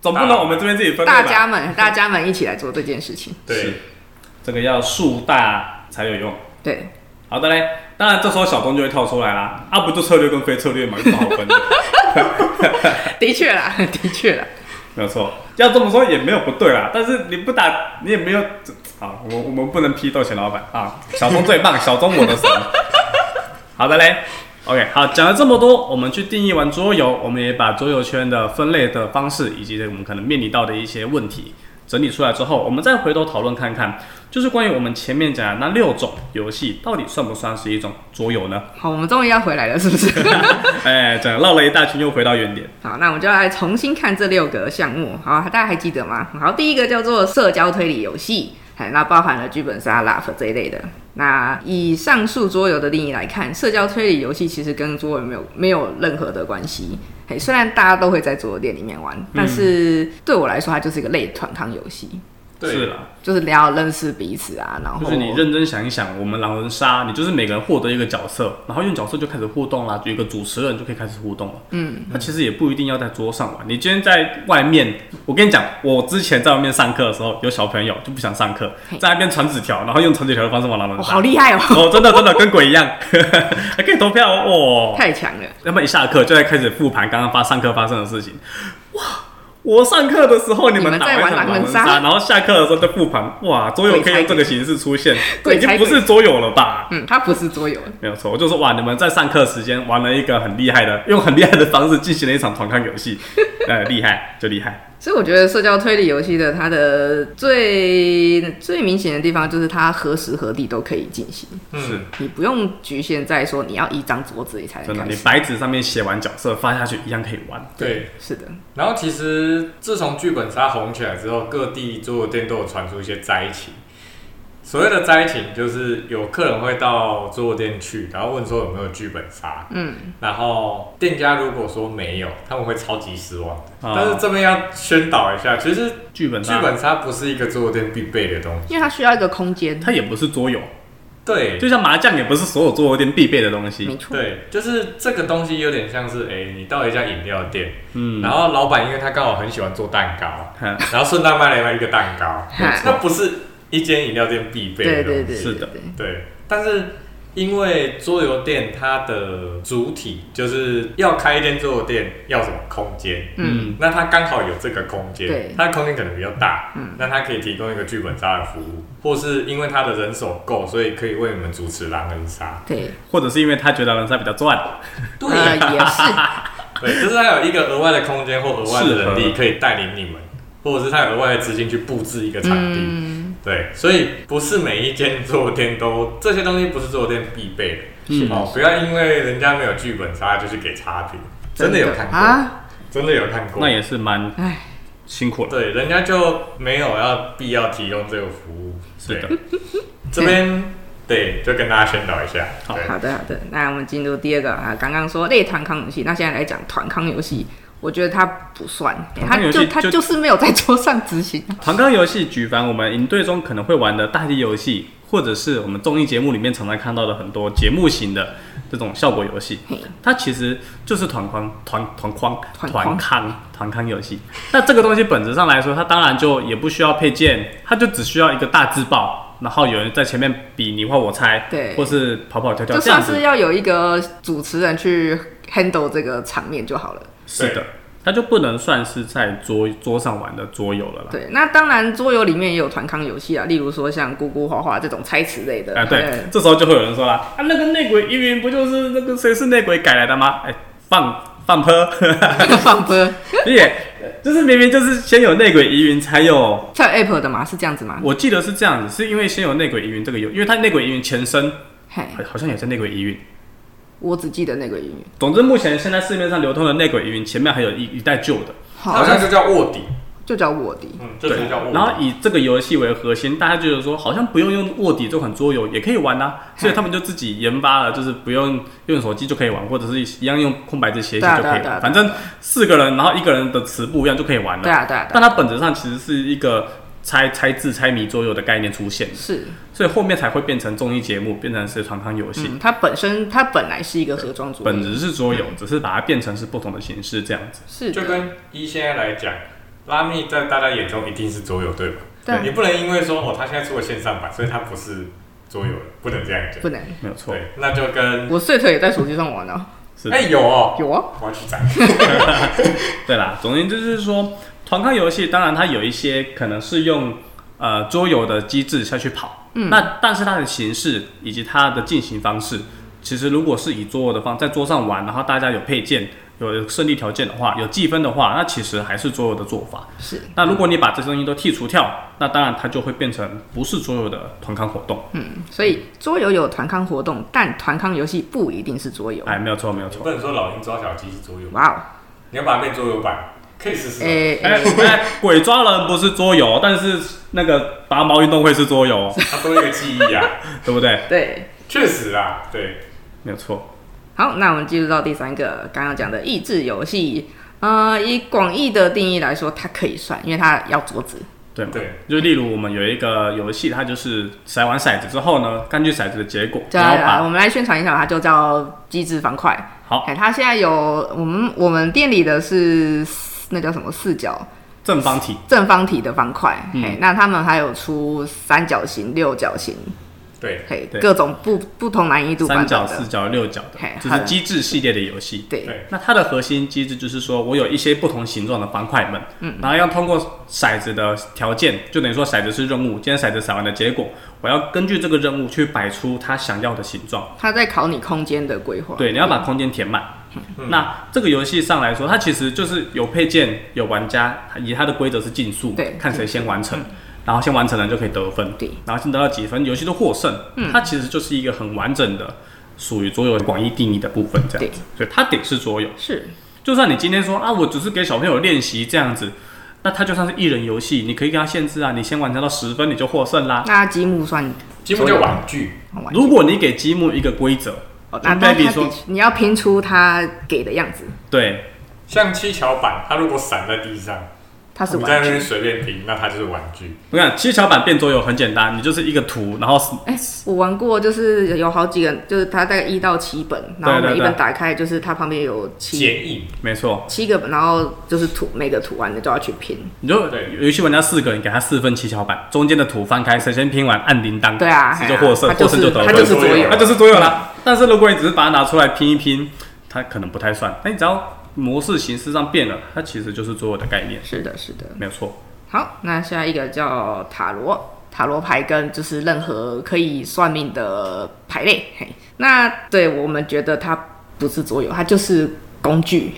Speaker 1: 总不能我们这边自己分类
Speaker 2: 大
Speaker 1: 吧
Speaker 2: 家们， 大家们一起来做这件事情。
Speaker 1: 是
Speaker 3: 对，
Speaker 1: 这个要树大才有用。
Speaker 2: 对，
Speaker 1: 好的嘞，当然这时候小东就会跳出来啦，啊，不就策略跟非策略嘛，有什么好分的？
Speaker 2: 的确啦， 的确啦，
Speaker 1: 没有错，要这么说也没有不对啦，但是你不打，你也没有啊，我我们不能批斗钱老板啊，小钟最棒，小钟我的神。 好的嘞，OK，好，讲了这么多，我们去定义完桌游，我们也把桌游圈的分类的方式，以及我们可能面临到的一些问题整理出来之后，我们再回头讨论看看，就是关于我们前面讲的那六种游戏，到底算不算是一种桌游呢？
Speaker 2: 好，我们终于要回来了，是不是？
Speaker 1: 哎，讲绕了一大圈，又回到原点。
Speaker 2: 好，那我们就来重新看这六个项目。好，大家还记得吗？好，第一个叫做社交推理游戏，哎，那包含了剧本杀、拉 u 这一类的。那以上述桌游的定义来看，社交推理游戏其实跟桌游没有没有任何的关系。嘿，虽然大家都会在桌游店里面玩，但是对我来说，它就是一个类团康游戏，
Speaker 3: 对
Speaker 1: 是啦，
Speaker 2: 就是你要认识彼此啊，然后
Speaker 1: 就是你认真想一想，我们狼人杀，你就是每个人获得一个角色，然后用角色就开始互动啦，有一个主持人就可以开始互动了。嗯，那其实也不一定要在桌上玩。你今天在外面，我跟你讲，我之前在外面上课的时候，有小朋友就不想上课，在那边传纸条，然后用传纸条的方式玩狼
Speaker 2: 哦，
Speaker 1: 人杀。
Speaker 2: 好厉害哦，
Speaker 1: 哦，真的真的跟鬼一样， 还可以投票哦。
Speaker 2: 太强了。
Speaker 1: 那么一下课就在开始复盘刚刚发上课发生的事情。哇，我上课的时候你
Speaker 2: 你们
Speaker 1: 打
Speaker 2: 在玩
Speaker 1: 完什么
Speaker 2: 狼人
Speaker 1: 杀，
Speaker 2: 杀
Speaker 1: 然后下课的时候在复盘。哇，桌游可以用这个形式出现，这
Speaker 2: 鬼
Speaker 1: 已
Speaker 2: 才
Speaker 1: 经不是桌游了吧？
Speaker 2: 嗯，它不是桌游，
Speaker 1: 没有错，我就说哇，你们在上课时 间哎玩了一个很厉害的，用很厉害的方式进行了一场团康游戏，呃，厉害就厉害。
Speaker 2: 所以我觉得社交推理游戏的它的最最明显的地方就是它何时何地都可以进行，
Speaker 1: 是
Speaker 3: 嗯，
Speaker 2: 你不用局限在说你要一张桌子你才能
Speaker 1: 真的，
Speaker 2: 开
Speaker 1: 你
Speaker 2: 始。
Speaker 1: 白纸上面写完角色发下去一样可以玩。
Speaker 3: 对。
Speaker 2: 是的，
Speaker 3: 然后其实自从剧本杀红起来之后，各地桌游店都有传出一些灾情。所谓的灾情就是有客人会到桌游店去，然后问说有没有剧本杀，
Speaker 2: 嗯，
Speaker 3: 然后店家如果说没有，他们会超级失望的。
Speaker 1: 啊
Speaker 3: 但是这边要宣导一下，其实
Speaker 1: 剧本
Speaker 3: 剧
Speaker 1: 杀，
Speaker 3: 本杀不是一个桌游店必备的东西。
Speaker 2: 因为它需要一个空间，
Speaker 1: 它也不是桌游，
Speaker 3: 对，
Speaker 1: 就像麻将也不是所有桌游店必备的东
Speaker 2: 没
Speaker 1: 西。
Speaker 2: 错，
Speaker 3: 对，就是这个东西有点像是，哎、你到一家饮料店，
Speaker 1: 嗯，
Speaker 3: 然后老板因为他刚好很喜欢做 蛋糕，
Speaker 1: 看，
Speaker 3: 然后顺道卖了一个蛋糕，
Speaker 2: 嗨
Speaker 3: 那不是一间饮料店必备
Speaker 2: 对
Speaker 3: 的
Speaker 2: 对
Speaker 3: 东
Speaker 2: 对，
Speaker 3: 西。
Speaker 1: 是的
Speaker 2: 对，
Speaker 3: 对，但是因为桌游店它的主体就是要开一间桌游店，要什么空间？
Speaker 2: 嗯，
Speaker 3: 那它刚好有这个空
Speaker 2: 对
Speaker 3: 间，它的空间可能比较大，
Speaker 2: 嗯
Speaker 3: 那它可以提供一个剧本杀的服务，或是因为它的人手够，所以可以为你们主持狼人杀。
Speaker 2: 对，
Speaker 1: 或者是因为他觉得狼人杀比较赚，
Speaker 2: 呃，也是，
Speaker 3: 对，就是它有一个额外的空间或额外的人
Speaker 1: 适
Speaker 3: 力
Speaker 1: 合
Speaker 3: 可以带领你们，或者是它有额外的资金去布置一个场地。
Speaker 2: 嗯，
Speaker 3: 对，所以不是每一间桌游店都这些东西不是桌游店必备的。
Speaker 1: 嗯
Speaker 3: 哦，不要因为人家没有剧本杀就去给差评， 真的有看过，
Speaker 2: 啊，
Speaker 3: 真的有看过。
Speaker 1: 那也是蛮
Speaker 2: 哎，
Speaker 1: 辛苦了。
Speaker 3: 对，人家就没有要必要提供这个服务。
Speaker 1: 是的
Speaker 3: 对，这边对，就跟大家宣导一下。
Speaker 1: 好
Speaker 3: 对
Speaker 2: 好的，好的，那我们进入第二个啊，刚刚说类团康游戏，那现在来讲团康游戏，我觉得它不算，
Speaker 1: 团
Speaker 2: 它
Speaker 1: 康游戏
Speaker 2: 就它
Speaker 1: 就
Speaker 2: 就是没有在桌上执行，
Speaker 1: 团康游戏举凡我们营队中可能会玩的大地游戏，或者是我们综艺节目里面常常看到的很多节目型的这种效果游戏
Speaker 2: 嘿，
Speaker 1: 它其实就是团框、团团框、
Speaker 2: 团框
Speaker 1: 团康、团康游戏。那这个东西本质上来说，它当然就也不需要配件，它就只需要一个大字报，然后有人在前面比你画我猜，
Speaker 2: 对
Speaker 1: 或是跑跑跳跳
Speaker 2: 就
Speaker 1: 这样
Speaker 2: 算
Speaker 1: 子
Speaker 2: 是。要有一个主持人去 handle 这个场面就好了。
Speaker 1: 是的
Speaker 3: 对，
Speaker 1: 它就不能算是在桌桌上玩的桌游了啦。
Speaker 2: 对，那当然桌游里面也有团康游戏啊，例如说像咕咕画画这种猜词类的，
Speaker 1: 啊，对
Speaker 2: 嗯，
Speaker 1: 这时候就会有人说啦，啊，那个内鬼疑云不就是那个谁是内鬼改来的吗？哎、放放坡，
Speaker 2: 放歌
Speaker 1: 也就是明明就是先有内鬼疑云才有，
Speaker 2: 在 app 的嘛，是这样子吗？
Speaker 1: 我记得是这样子，是因为先有内鬼疑云这个游，因为它内鬼疑云前身
Speaker 2: 嘿，
Speaker 1: 好好像也是内鬼疑云。
Speaker 2: 我只记得那个英语，
Speaker 1: 总之，目前现在市面上流通的内鬼疑云前面还有一一代旧的，
Speaker 2: 好
Speaker 3: 好像就叫卧底，
Speaker 2: 就叫卧底，
Speaker 3: 嗯，就
Speaker 1: 对
Speaker 3: 直接叫卧，底。
Speaker 1: 然后以这个游戏为核心，大家觉得说好像不用用卧底这款桌游也可以玩啊，所以他们就自己研发了，就是不用用手机就可以玩，或者是一样用空白字写一写就可以
Speaker 2: 对啊对啊对啊
Speaker 1: 玩，反正四个人，然后一个人的词不一样就可以玩
Speaker 2: 对
Speaker 1: 了。
Speaker 2: 啊对啊对啊，
Speaker 1: 但它本质上其实是一个猜猜字、猜谜桌游的概念出现，
Speaker 2: 是，
Speaker 1: 所以后面才会变成综艺节目，变成是团康游戏。
Speaker 2: 嗯，它本身它本来是一个盒装桌
Speaker 1: 本
Speaker 2: 游，
Speaker 1: 质是桌游，只是把它变成是不同的形式这样子。
Speaker 2: 是
Speaker 3: 就
Speaker 2: 的，
Speaker 3: 跟一现在来讲，拉密在大家眼中一定是桌游，对吧？
Speaker 2: 对
Speaker 3: 你不能因为说哦，他现在出了线上版，所以他不是桌游了，不能这样讲。
Speaker 2: 不能，
Speaker 1: 没有错
Speaker 3: 对，，那就跟
Speaker 2: 我睡腿也在手机上玩哦，
Speaker 1: 是的
Speaker 3: 哎、有哦，
Speaker 2: 有啊，
Speaker 3: 我要去找。
Speaker 1: 对啦，总而言之就是说，团康游戏当然它有一些可能是用呃桌游的机制下去跑，嗯，那但是它的形式以及它的进行方式，其实如果是以桌游的方在桌上玩，然后大家有配件、有胜利条件的话，有计分的话，那其实还是桌游的做法。
Speaker 2: 是，
Speaker 1: 那如果你把这些东西都剔除掉，那当然它就会变成不是桌游的团康活动。
Speaker 2: 嗯所以桌游有团康活动，但团康游戏不一定是桌游，
Speaker 1: 哎，没有错，没有
Speaker 3: 你
Speaker 1: 错。
Speaker 3: 不能说老鹰抓小鸡是桌游，
Speaker 2: 哇哦，
Speaker 3: 你要把它变桌游版，可以试试。啊
Speaker 2: 哎
Speaker 1: 哎、
Speaker 2: 哎，
Speaker 1: 哎鬼抓人不是桌游，但是那个拔毛运动会是桌游，
Speaker 3: 它多一个记忆啊，
Speaker 1: 对不对？
Speaker 2: 对。
Speaker 3: 确实啊，对，
Speaker 1: 没有错。
Speaker 2: 好，那我们进入到第三个刚刚讲的益智游戏。呃，以广义的定义来说，它可以算，因为它要桌子。
Speaker 1: 对嘛
Speaker 3: 对，
Speaker 1: 就例如我们有一个游戏，它就是骰完骰子之后呢，根据骰子的结果，
Speaker 2: 对
Speaker 1: 然后
Speaker 2: 啊，我
Speaker 1: 把
Speaker 2: 们来宣传一下，它就叫机制方块。
Speaker 1: 好
Speaker 2: 哎，它现在有我们我们店里的是那叫什么四角
Speaker 1: 正方体
Speaker 2: 正方体的方块。哎、那他们还有出三角形、六角形，
Speaker 3: 对，
Speaker 2: 嘿，
Speaker 1: 对
Speaker 2: 各种不不同难易度版本
Speaker 1: 三角、
Speaker 2: 的。
Speaker 1: 四角、六角的
Speaker 2: 嘿，
Speaker 1: 这
Speaker 2: 好
Speaker 1: 是
Speaker 2: 的
Speaker 1: 机制系列的游戏。
Speaker 2: 对
Speaker 3: 对
Speaker 1: 那它的核心机制就是说我有一些不同形状的方块们，
Speaker 2: 嗯
Speaker 1: 然后要通过骰子的条件，就等于说骰子是任务，今天骰子骰完的结果，我要根据这个任务去摆出它想要的形状。
Speaker 2: 它在考你空间的规划。
Speaker 1: 对，你要把空间填满。
Speaker 3: 嗯
Speaker 1: 那这个游戏上来说，它其实就是有配件、有玩家，以它的规则是竞速
Speaker 2: 对，嗯
Speaker 1: 看谁先完成，然后先完成了就可以得分，
Speaker 2: 对，嗯
Speaker 1: 然后先得到几分，游戏的获胜。它其实就是一个很完整的，属于桌游广义定义的部分，这样子。所以它得是桌游，
Speaker 2: 是
Speaker 1: 就算你今天说啊，我只是给小朋友练习这样子。那它就算是一人游戏，你可以给他限制啊，你先完成到十分你就获胜啦。
Speaker 2: 那积木算
Speaker 3: 积木叫玩具，
Speaker 2: 好玩。
Speaker 1: 如果你给积木一个规则，
Speaker 2: 哦那
Speaker 1: 对
Speaker 2: 那
Speaker 1: 比
Speaker 2: 它
Speaker 1: 说
Speaker 2: 的你要拼出它给的样子，
Speaker 1: 对，
Speaker 3: 像七巧板，它如果散在地上，
Speaker 2: 它是
Speaker 3: 你在
Speaker 2: 玩
Speaker 3: 那边
Speaker 2: 具。
Speaker 3: 随便拼，那它就是玩具。
Speaker 1: 我跟你讲，七巧板变桌游很简单，你就是一个图，然后是
Speaker 2: 哎、我玩过，就是有好几个，就是它大概一到七本，然后
Speaker 1: 对对
Speaker 2: 每一
Speaker 1: 对
Speaker 2: 本打开就是它旁边有七
Speaker 3: 剪影，
Speaker 1: 没错，
Speaker 2: 七个本，然后就是图每个图案你都要去拼。
Speaker 1: 你就
Speaker 3: 对
Speaker 1: 游戏玩家四个，你给他四份七巧板，中间的图翻开，谁先拼完按铃铛，
Speaker 2: 对啊，
Speaker 1: 谁就
Speaker 2: 哎呀
Speaker 1: 获胜，
Speaker 2: 它
Speaker 1: 获
Speaker 2: 就
Speaker 1: 胜就是得
Speaker 2: 它
Speaker 1: 分，
Speaker 2: 就是左右
Speaker 1: 它就是左右啦。但是如果你只是把它拿出来拼一拼，它可能不太算。哎那你只要模式形式上变了，它其实就是左右的概念，
Speaker 2: 是的，是的。
Speaker 1: 没有错。
Speaker 2: 好，那下一个叫塔罗，塔罗牌跟就是任何可以算命的牌类。嘿，那对我们觉得它不是桌游，它就是工具。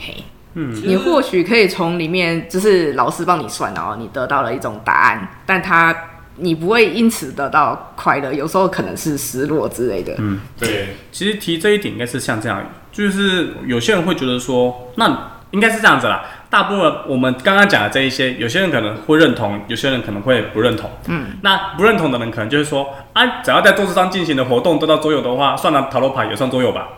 Speaker 1: 嗯
Speaker 2: 嘿，你或许可以从里面就是老师帮你算，然后你得到了一种答案，但它你不会因此得到快乐，有时候可能是失落之类的。嗯，
Speaker 3: 对，
Speaker 1: 其实提这一点应该是像这样，就是有些人会觉得说，那应该是这样子啦。大部分我们刚刚讲的这一些，有些人可能会认同，有些人可能会不认同。嗯，那不认同的人可能就是说，啊，只要在桌子上进行的活动得到桌游的话，算了，塔罗牌也算桌游吧。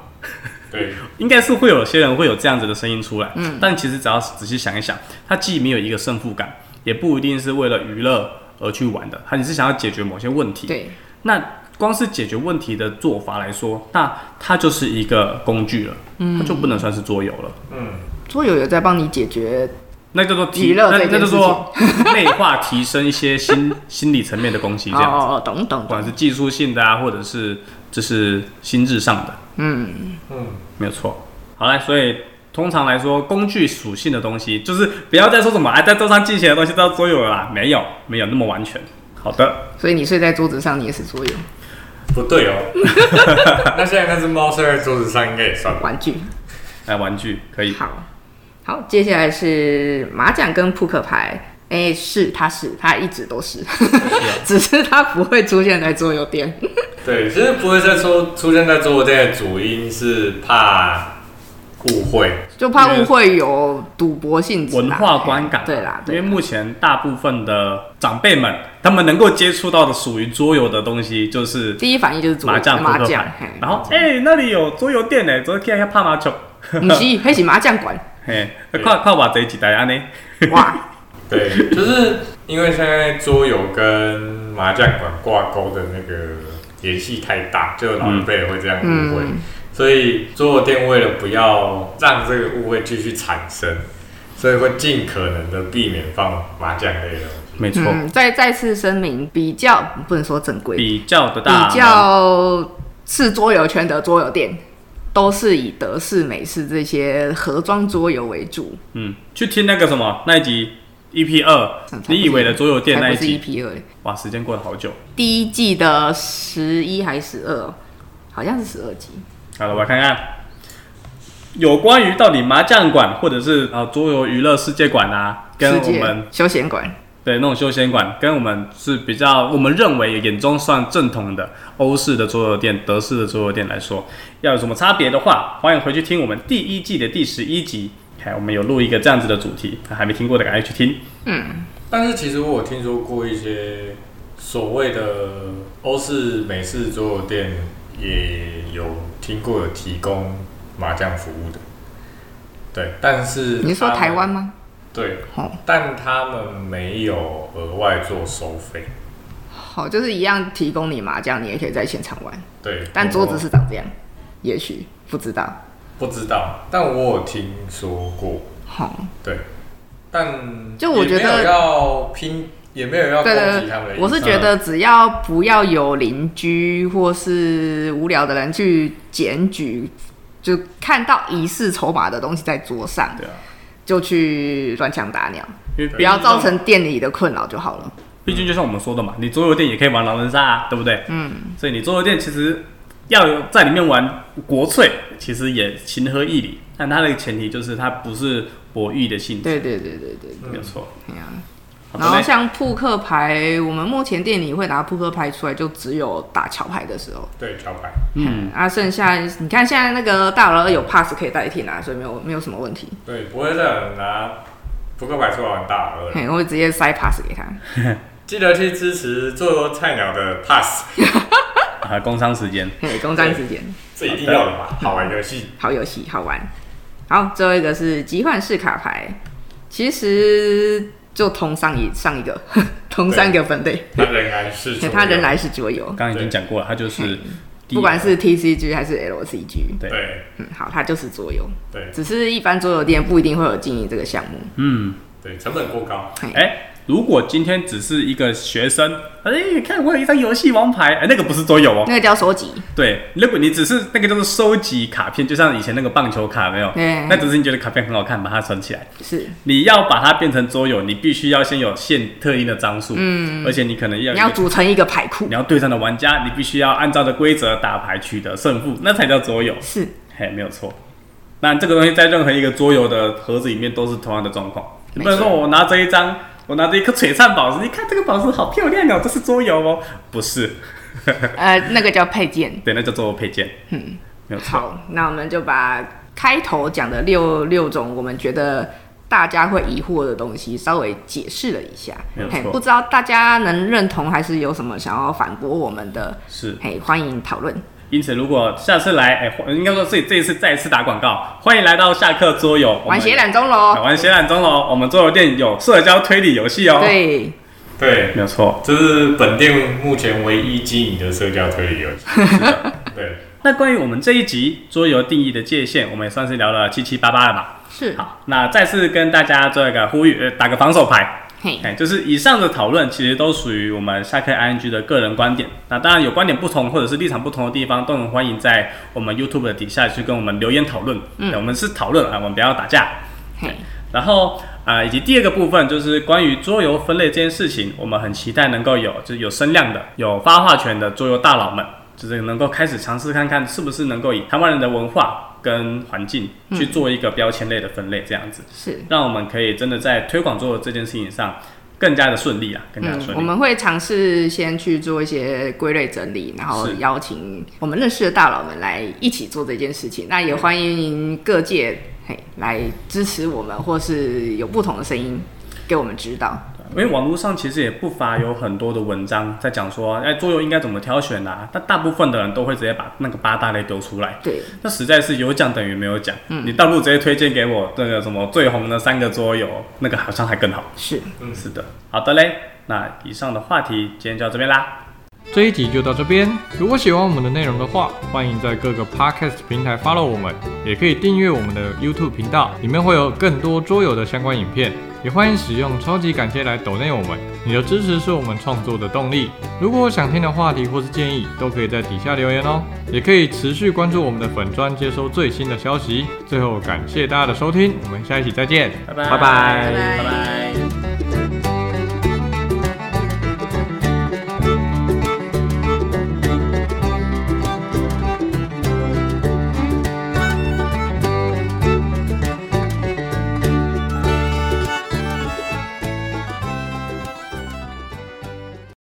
Speaker 3: 对，
Speaker 1: 应该是会有些人会有这样子的声音出来。嗯，但其实只要仔细想一想，它既没有一个胜负感，也不一定是为了娱乐而去玩的，它你是想要解决某些问题。
Speaker 2: 对，
Speaker 1: 那光是解决问题的做法来说，那它就是一个工具了，
Speaker 2: 嗯
Speaker 1: 它就不能算是桌游了，
Speaker 3: 嗯，
Speaker 2: 桌游有在帮你解决，
Speaker 1: 那叫做提
Speaker 2: 娱乐
Speaker 1: 那
Speaker 2: 这件
Speaker 1: 那叫做 内化提升一 些心心理层面的东西，这样子，
Speaker 2: 哦，懂懂
Speaker 1: 不管
Speaker 2: 懂，
Speaker 1: 是技术性的啊，或者是就是心智上的，
Speaker 2: 嗯，
Speaker 1: 没有错。好嘞，所以通常来说，工具属性的东西，就是不要再说什么哎，在桌上进行的东西都叫桌游了啦，没有没有那么完全。好的，
Speaker 2: 所以你睡在桌子上，你也是桌游
Speaker 3: 不对哦。 那现在那只猫睡在桌子上，应该也算吧？
Speaker 2: 玩具。
Speaker 1: 来玩具可以，
Speaker 2: 好，好，接下来是麻将跟扑克牌。哎、是，它是，它一直都是，
Speaker 1: 啊
Speaker 2: 只是它不会出现在桌游店。
Speaker 3: 对，其实不会再出出现在桌店的主因是怕误会，
Speaker 2: 就怕误会有赌博性质啦
Speaker 1: 文化观感，啊
Speaker 2: 嘿对啦，
Speaker 1: 因
Speaker 2: 对
Speaker 1: 为
Speaker 2: 啦，
Speaker 1: 目前大部分的长辈们，他们能够接触到的属于桌游的东西，就是
Speaker 2: 第一反应就是桌游
Speaker 1: 麻将、
Speaker 2: 麻
Speaker 1: 扑克
Speaker 2: 将，
Speaker 1: 牌
Speaker 2: 嘿，
Speaker 1: 然后哎、那里有桌游店呢，昨天还拍麻将，
Speaker 2: 不是，还是麻将馆，
Speaker 1: 嘿，
Speaker 3: 对
Speaker 1: 快快把这几代安呢，
Speaker 2: 哇，
Speaker 3: 对，就是因为现在桌游跟麻将馆挂钩的那个联系太大，就老一辈会这样误会，
Speaker 2: 嗯
Speaker 3: 所以桌游店为了不要让这个误会继续产生，所以会尽可能的避免放麻将类的东西。
Speaker 1: 没错，
Speaker 2: 嗯，再再次声明，比较不能说正规，
Speaker 1: 比较的大，
Speaker 2: 比较是桌游圈的桌游店，都是以德式、美式这些盒装桌游为主。
Speaker 1: 嗯，去听那个什么那一集 EP 二
Speaker 2: 嗯才不，是
Speaker 1: 你以为的桌游店那
Speaker 2: 才
Speaker 1: 一
Speaker 2: 不是一
Speaker 1: 集，
Speaker 2: 批二嘞，
Speaker 1: 哇，时间过得好久。
Speaker 2: 第一季的十一还是十二，好像是十二集。
Speaker 1: 好了，我来看看有关于到底麻将馆或者是啊桌游娱乐世界馆啊，跟我
Speaker 2: 世界
Speaker 1: 们
Speaker 2: 休闲馆，
Speaker 1: 对那种休闲馆，跟我们是比较我们认为眼中算正统的欧式的桌游店、德式的桌游店来说，要有什么差别的话，欢迎回去听我们第一季的第十一集。看，我们有录一个这样子的主题，还没听过的赶快去听。
Speaker 3: 但是其实我有听说过一些所谓的欧式、美式桌游店，也有听过有提供麻将服务的。对，但是
Speaker 2: 你是说
Speaker 3: 他们
Speaker 2: 台湾吗？
Speaker 3: 对，
Speaker 2: 哦，
Speaker 3: 但他们没有额外做收费。
Speaker 2: 好，就是一样提供你麻将，你也可以在现场
Speaker 1: 哦
Speaker 2: 玩，
Speaker 3: 对，
Speaker 2: 但桌子
Speaker 3: 我
Speaker 2: 是长这样，也许不知道。
Speaker 3: 不知道，但我有听说过。
Speaker 2: 好，
Speaker 3: 对，但
Speaker 2: 就我
Speaker 3: 也没
Speaker 2: 觉得
Speaker 3: 有要拼，也没有要攻
Speaker 2: 对
Speaker 3: 击他们的意
Speaker 1: 啊
Speaker 3: 思。
Speaker 2: 我是觉得只要不要有邻居或是无聊的人去检举，就看到疑似筹码的东西在桌上，
Speaker 1: 对啊，
Speaker 2: 就去乱枪打鸟，
Speaker 1: 因为
Speaker 2: 不要造成店里的困扰就好了。
Speaker 1: 毕竟就像我们说的嘛，你桌游店也可以玩狼人杀、啊，对不对？嗯，所以你桌游店其实要有在里面玩国粹，其实也情何以理。但它的前提就是它不是博弈的性质，
Speaker 2: 对对对对对
Speaker 1: 没有错。
Speaker 2: 对呀、
Speaker 1: 好
Speaker 2: 然后
Speaker 1: 的嘞，
Speaker 2: 像扑克牌，我们目前店里会拿扑克牌出来，就只有打桥牌的时候。
Speaker 3: 对，桥牌。
Speaker 2: 嗯，啊，剩下你看现在那个大老二有 pass 可以代替拿，所以没有没有什么问题。
Speaker 3: 对，不会再有人拿扑克牌出来玩大
Speaker 1: 嗯
Speaker 3: 鹅了。
Speaker 2: 嘿，我会直接塞 pass 给他。
Speaker 3: 记得去支持做菜鸟的 Pass，
Speaker 1: 啊，工商时间，
Speaker 2: 嘿，攻占时间，
Speaker 3: 这一定要的吧？好玩游戏，
Speaker 2: 好游戏，好玩。好，最后一个是集换式卡牌，其实就同上一上一个， 同三个分类，
Speaker 3: 他仍然是
Speaker 2: 嘿
Speaker 3: 主
Speaker 2: 它
Speaker 3: 流
Speaker 2: 仍然是桌游，
Speaker 1: 刚刚已经讲过了，它就是第一
Speaker 2: 不管是 TCG 还是 LCG，
Speaker 1: 对
Speaker 3: 对
Speaker 2: 嗯，好，它就是桌游，
Speaker 3: 对
Speaker 2: 只是一般桌游店不一定会有经营这个项目。
Speaker 1: 嗯，
Speaker 3: 对，成本过高，
Speaker 1: 哎、如果今天只是一个学生，哎、你看我有一张游戏王牌，哎、那个不是桌游哦。
Speaker 2: 那个叫收集，
Speaker 1: 对，如果你只是那个叫做收集卡片，就像以前那个棒球卡没有，
Speaker 2: 对
Speaker 1: 那只是你觉得卡片很好看，把它存起来。
Speaker 2: 是
Speaker 1: 你要把它变成桌游，你必须要先有限特定的张数，嗯，而且你可能要
Speaker 2: 你要组成一个牌库
Speaker 1: 你，要对战的玩家，你必须要按照的规则打牌取得胜负，那才叫桌游。
Speaker 2: 是
Speaker 1: 嘿，没有错。那这个东西在任何一个桌游的盒子里面都是同样的状况。你
Speaker 2: 没
Speaker 1: 不能说
Speaker 2: 错
Speaker 1: 我拿着一张，我拿着一颗璀璨宝石，你看这个宝石好漂亮哦，这是桌游哦，不是，
Speaker 2: 呃，那个叫配件。
Speaker 1: 对，那叫做配件。嗯，没有错。
Speaker 2: 好，那我们就把开头讲的六六种我们觉得大家会疑惑的东西稍微解释了一下
Speaker 1: 没有，
Speaker 2: 嘿，
Speaker 1: 错
Speaker 2: 不知道大家能认同还是有什么想要反驳我们的，
Speaker 1: 是，
Speaker 2: 嘿，欢迎讨论。
Speaker 1: 因此如果下次来，哎、欢应该说这这一次再一次打广告，欢迎来到下课桌游
Speaker 2: 玩血染
Speaker 1: 览，
Speaker 2: 中
Speaker 1: 哎
Speaker 2: 喽，
Speaker 1: 玩血染中哦，我们桌游店有社交推理游戏哦，，
Speaker 2: 对，
Speaker 3: 对，
Speaker 1: 没有错。
Speaker 3: 这是本店目前唯一经营的社交推理游戏。对，
Speaker 1: 那关于我们这一集桌游定义的界限，我们也算是聊了七七八八了吧？
Speaker 2: 是，
Speaker 1: 好，那再次跟大家做一个呼吁，呃，打个防守牌。
Speaker 2: 嘿，
Speaker 1: 哎，就是以上的讨论其实都属于我们下课 ING 的个人观点。那当然有观点不同或者是立场不同的地方，都很欢迎在我们 YouTube 的底下去跟我们留言讨论。嗯，我们是讨论啊，我们不要打架。
Speaker 2: 嘿，
Speaker 1: 然后啊、呃以及第二个部分就是关于桌游分类这件事情，我们很期待能够有就是有声量的、有发话权的桌游大佬们，就是能够开始尝试看看是不是能够以台湾人的文化跟环境去做一个标签类的分类，这样子，
Speaker 2: 是。
Speaker 1: 让我们可以真的在推广桌游这件事情上更加的顺利啊，更加的顺
Speaker 2: 嗯，
Speaker 1: 利。
Speaker 2: 我们会尝试先去做一些归类整理，然后
Speaker 1: 是
Speaker 2: 邀请我们认识的大佬们来一起做这件事情。那也欢迎各界嘿来支持我们，或是有不同的声音给我们指导。
Speaker 1: 因为网络上其实也不乏有很多的文章在讲说，哎，桌游应该怎么挑选啊？但大部分的人都会直接把那个八大类丢出来。
Speaker 2: 对，
Speaker 1: 那实在是有奖等于没有奖，
Speaker 2: 嗯
Speaker 1: 你倒不如直接推荐给我那个什么最红的三个桌游，那个好像还更好。
Speaker 2: 是
Speaker 3: 嗯
Speaker 1: 是的，好的嘞，那以上的话题今天就到这边啦，
Speaker 4: 这一集就到这边。如果喜欢我们的内容的话，欢迎在各个 podcast 平台 follow 我们，也可以订阅我们的 YouTube 频道，里面会有更多桌游的相关影片。也欢迎使用超级感谢来抖内我们，你的支持是我们创作的动力。如果有想听的话题或是建议，都可以在底下留言哦。也可以持续关注我们的粉砖，接收最新的消息。最后感谢大家的收听，我们下一期再见，
Speaker 1: 拜拜
Speaker 4: 拜拜
Speaker 2: 拜拜
Speaker 1: 拜拜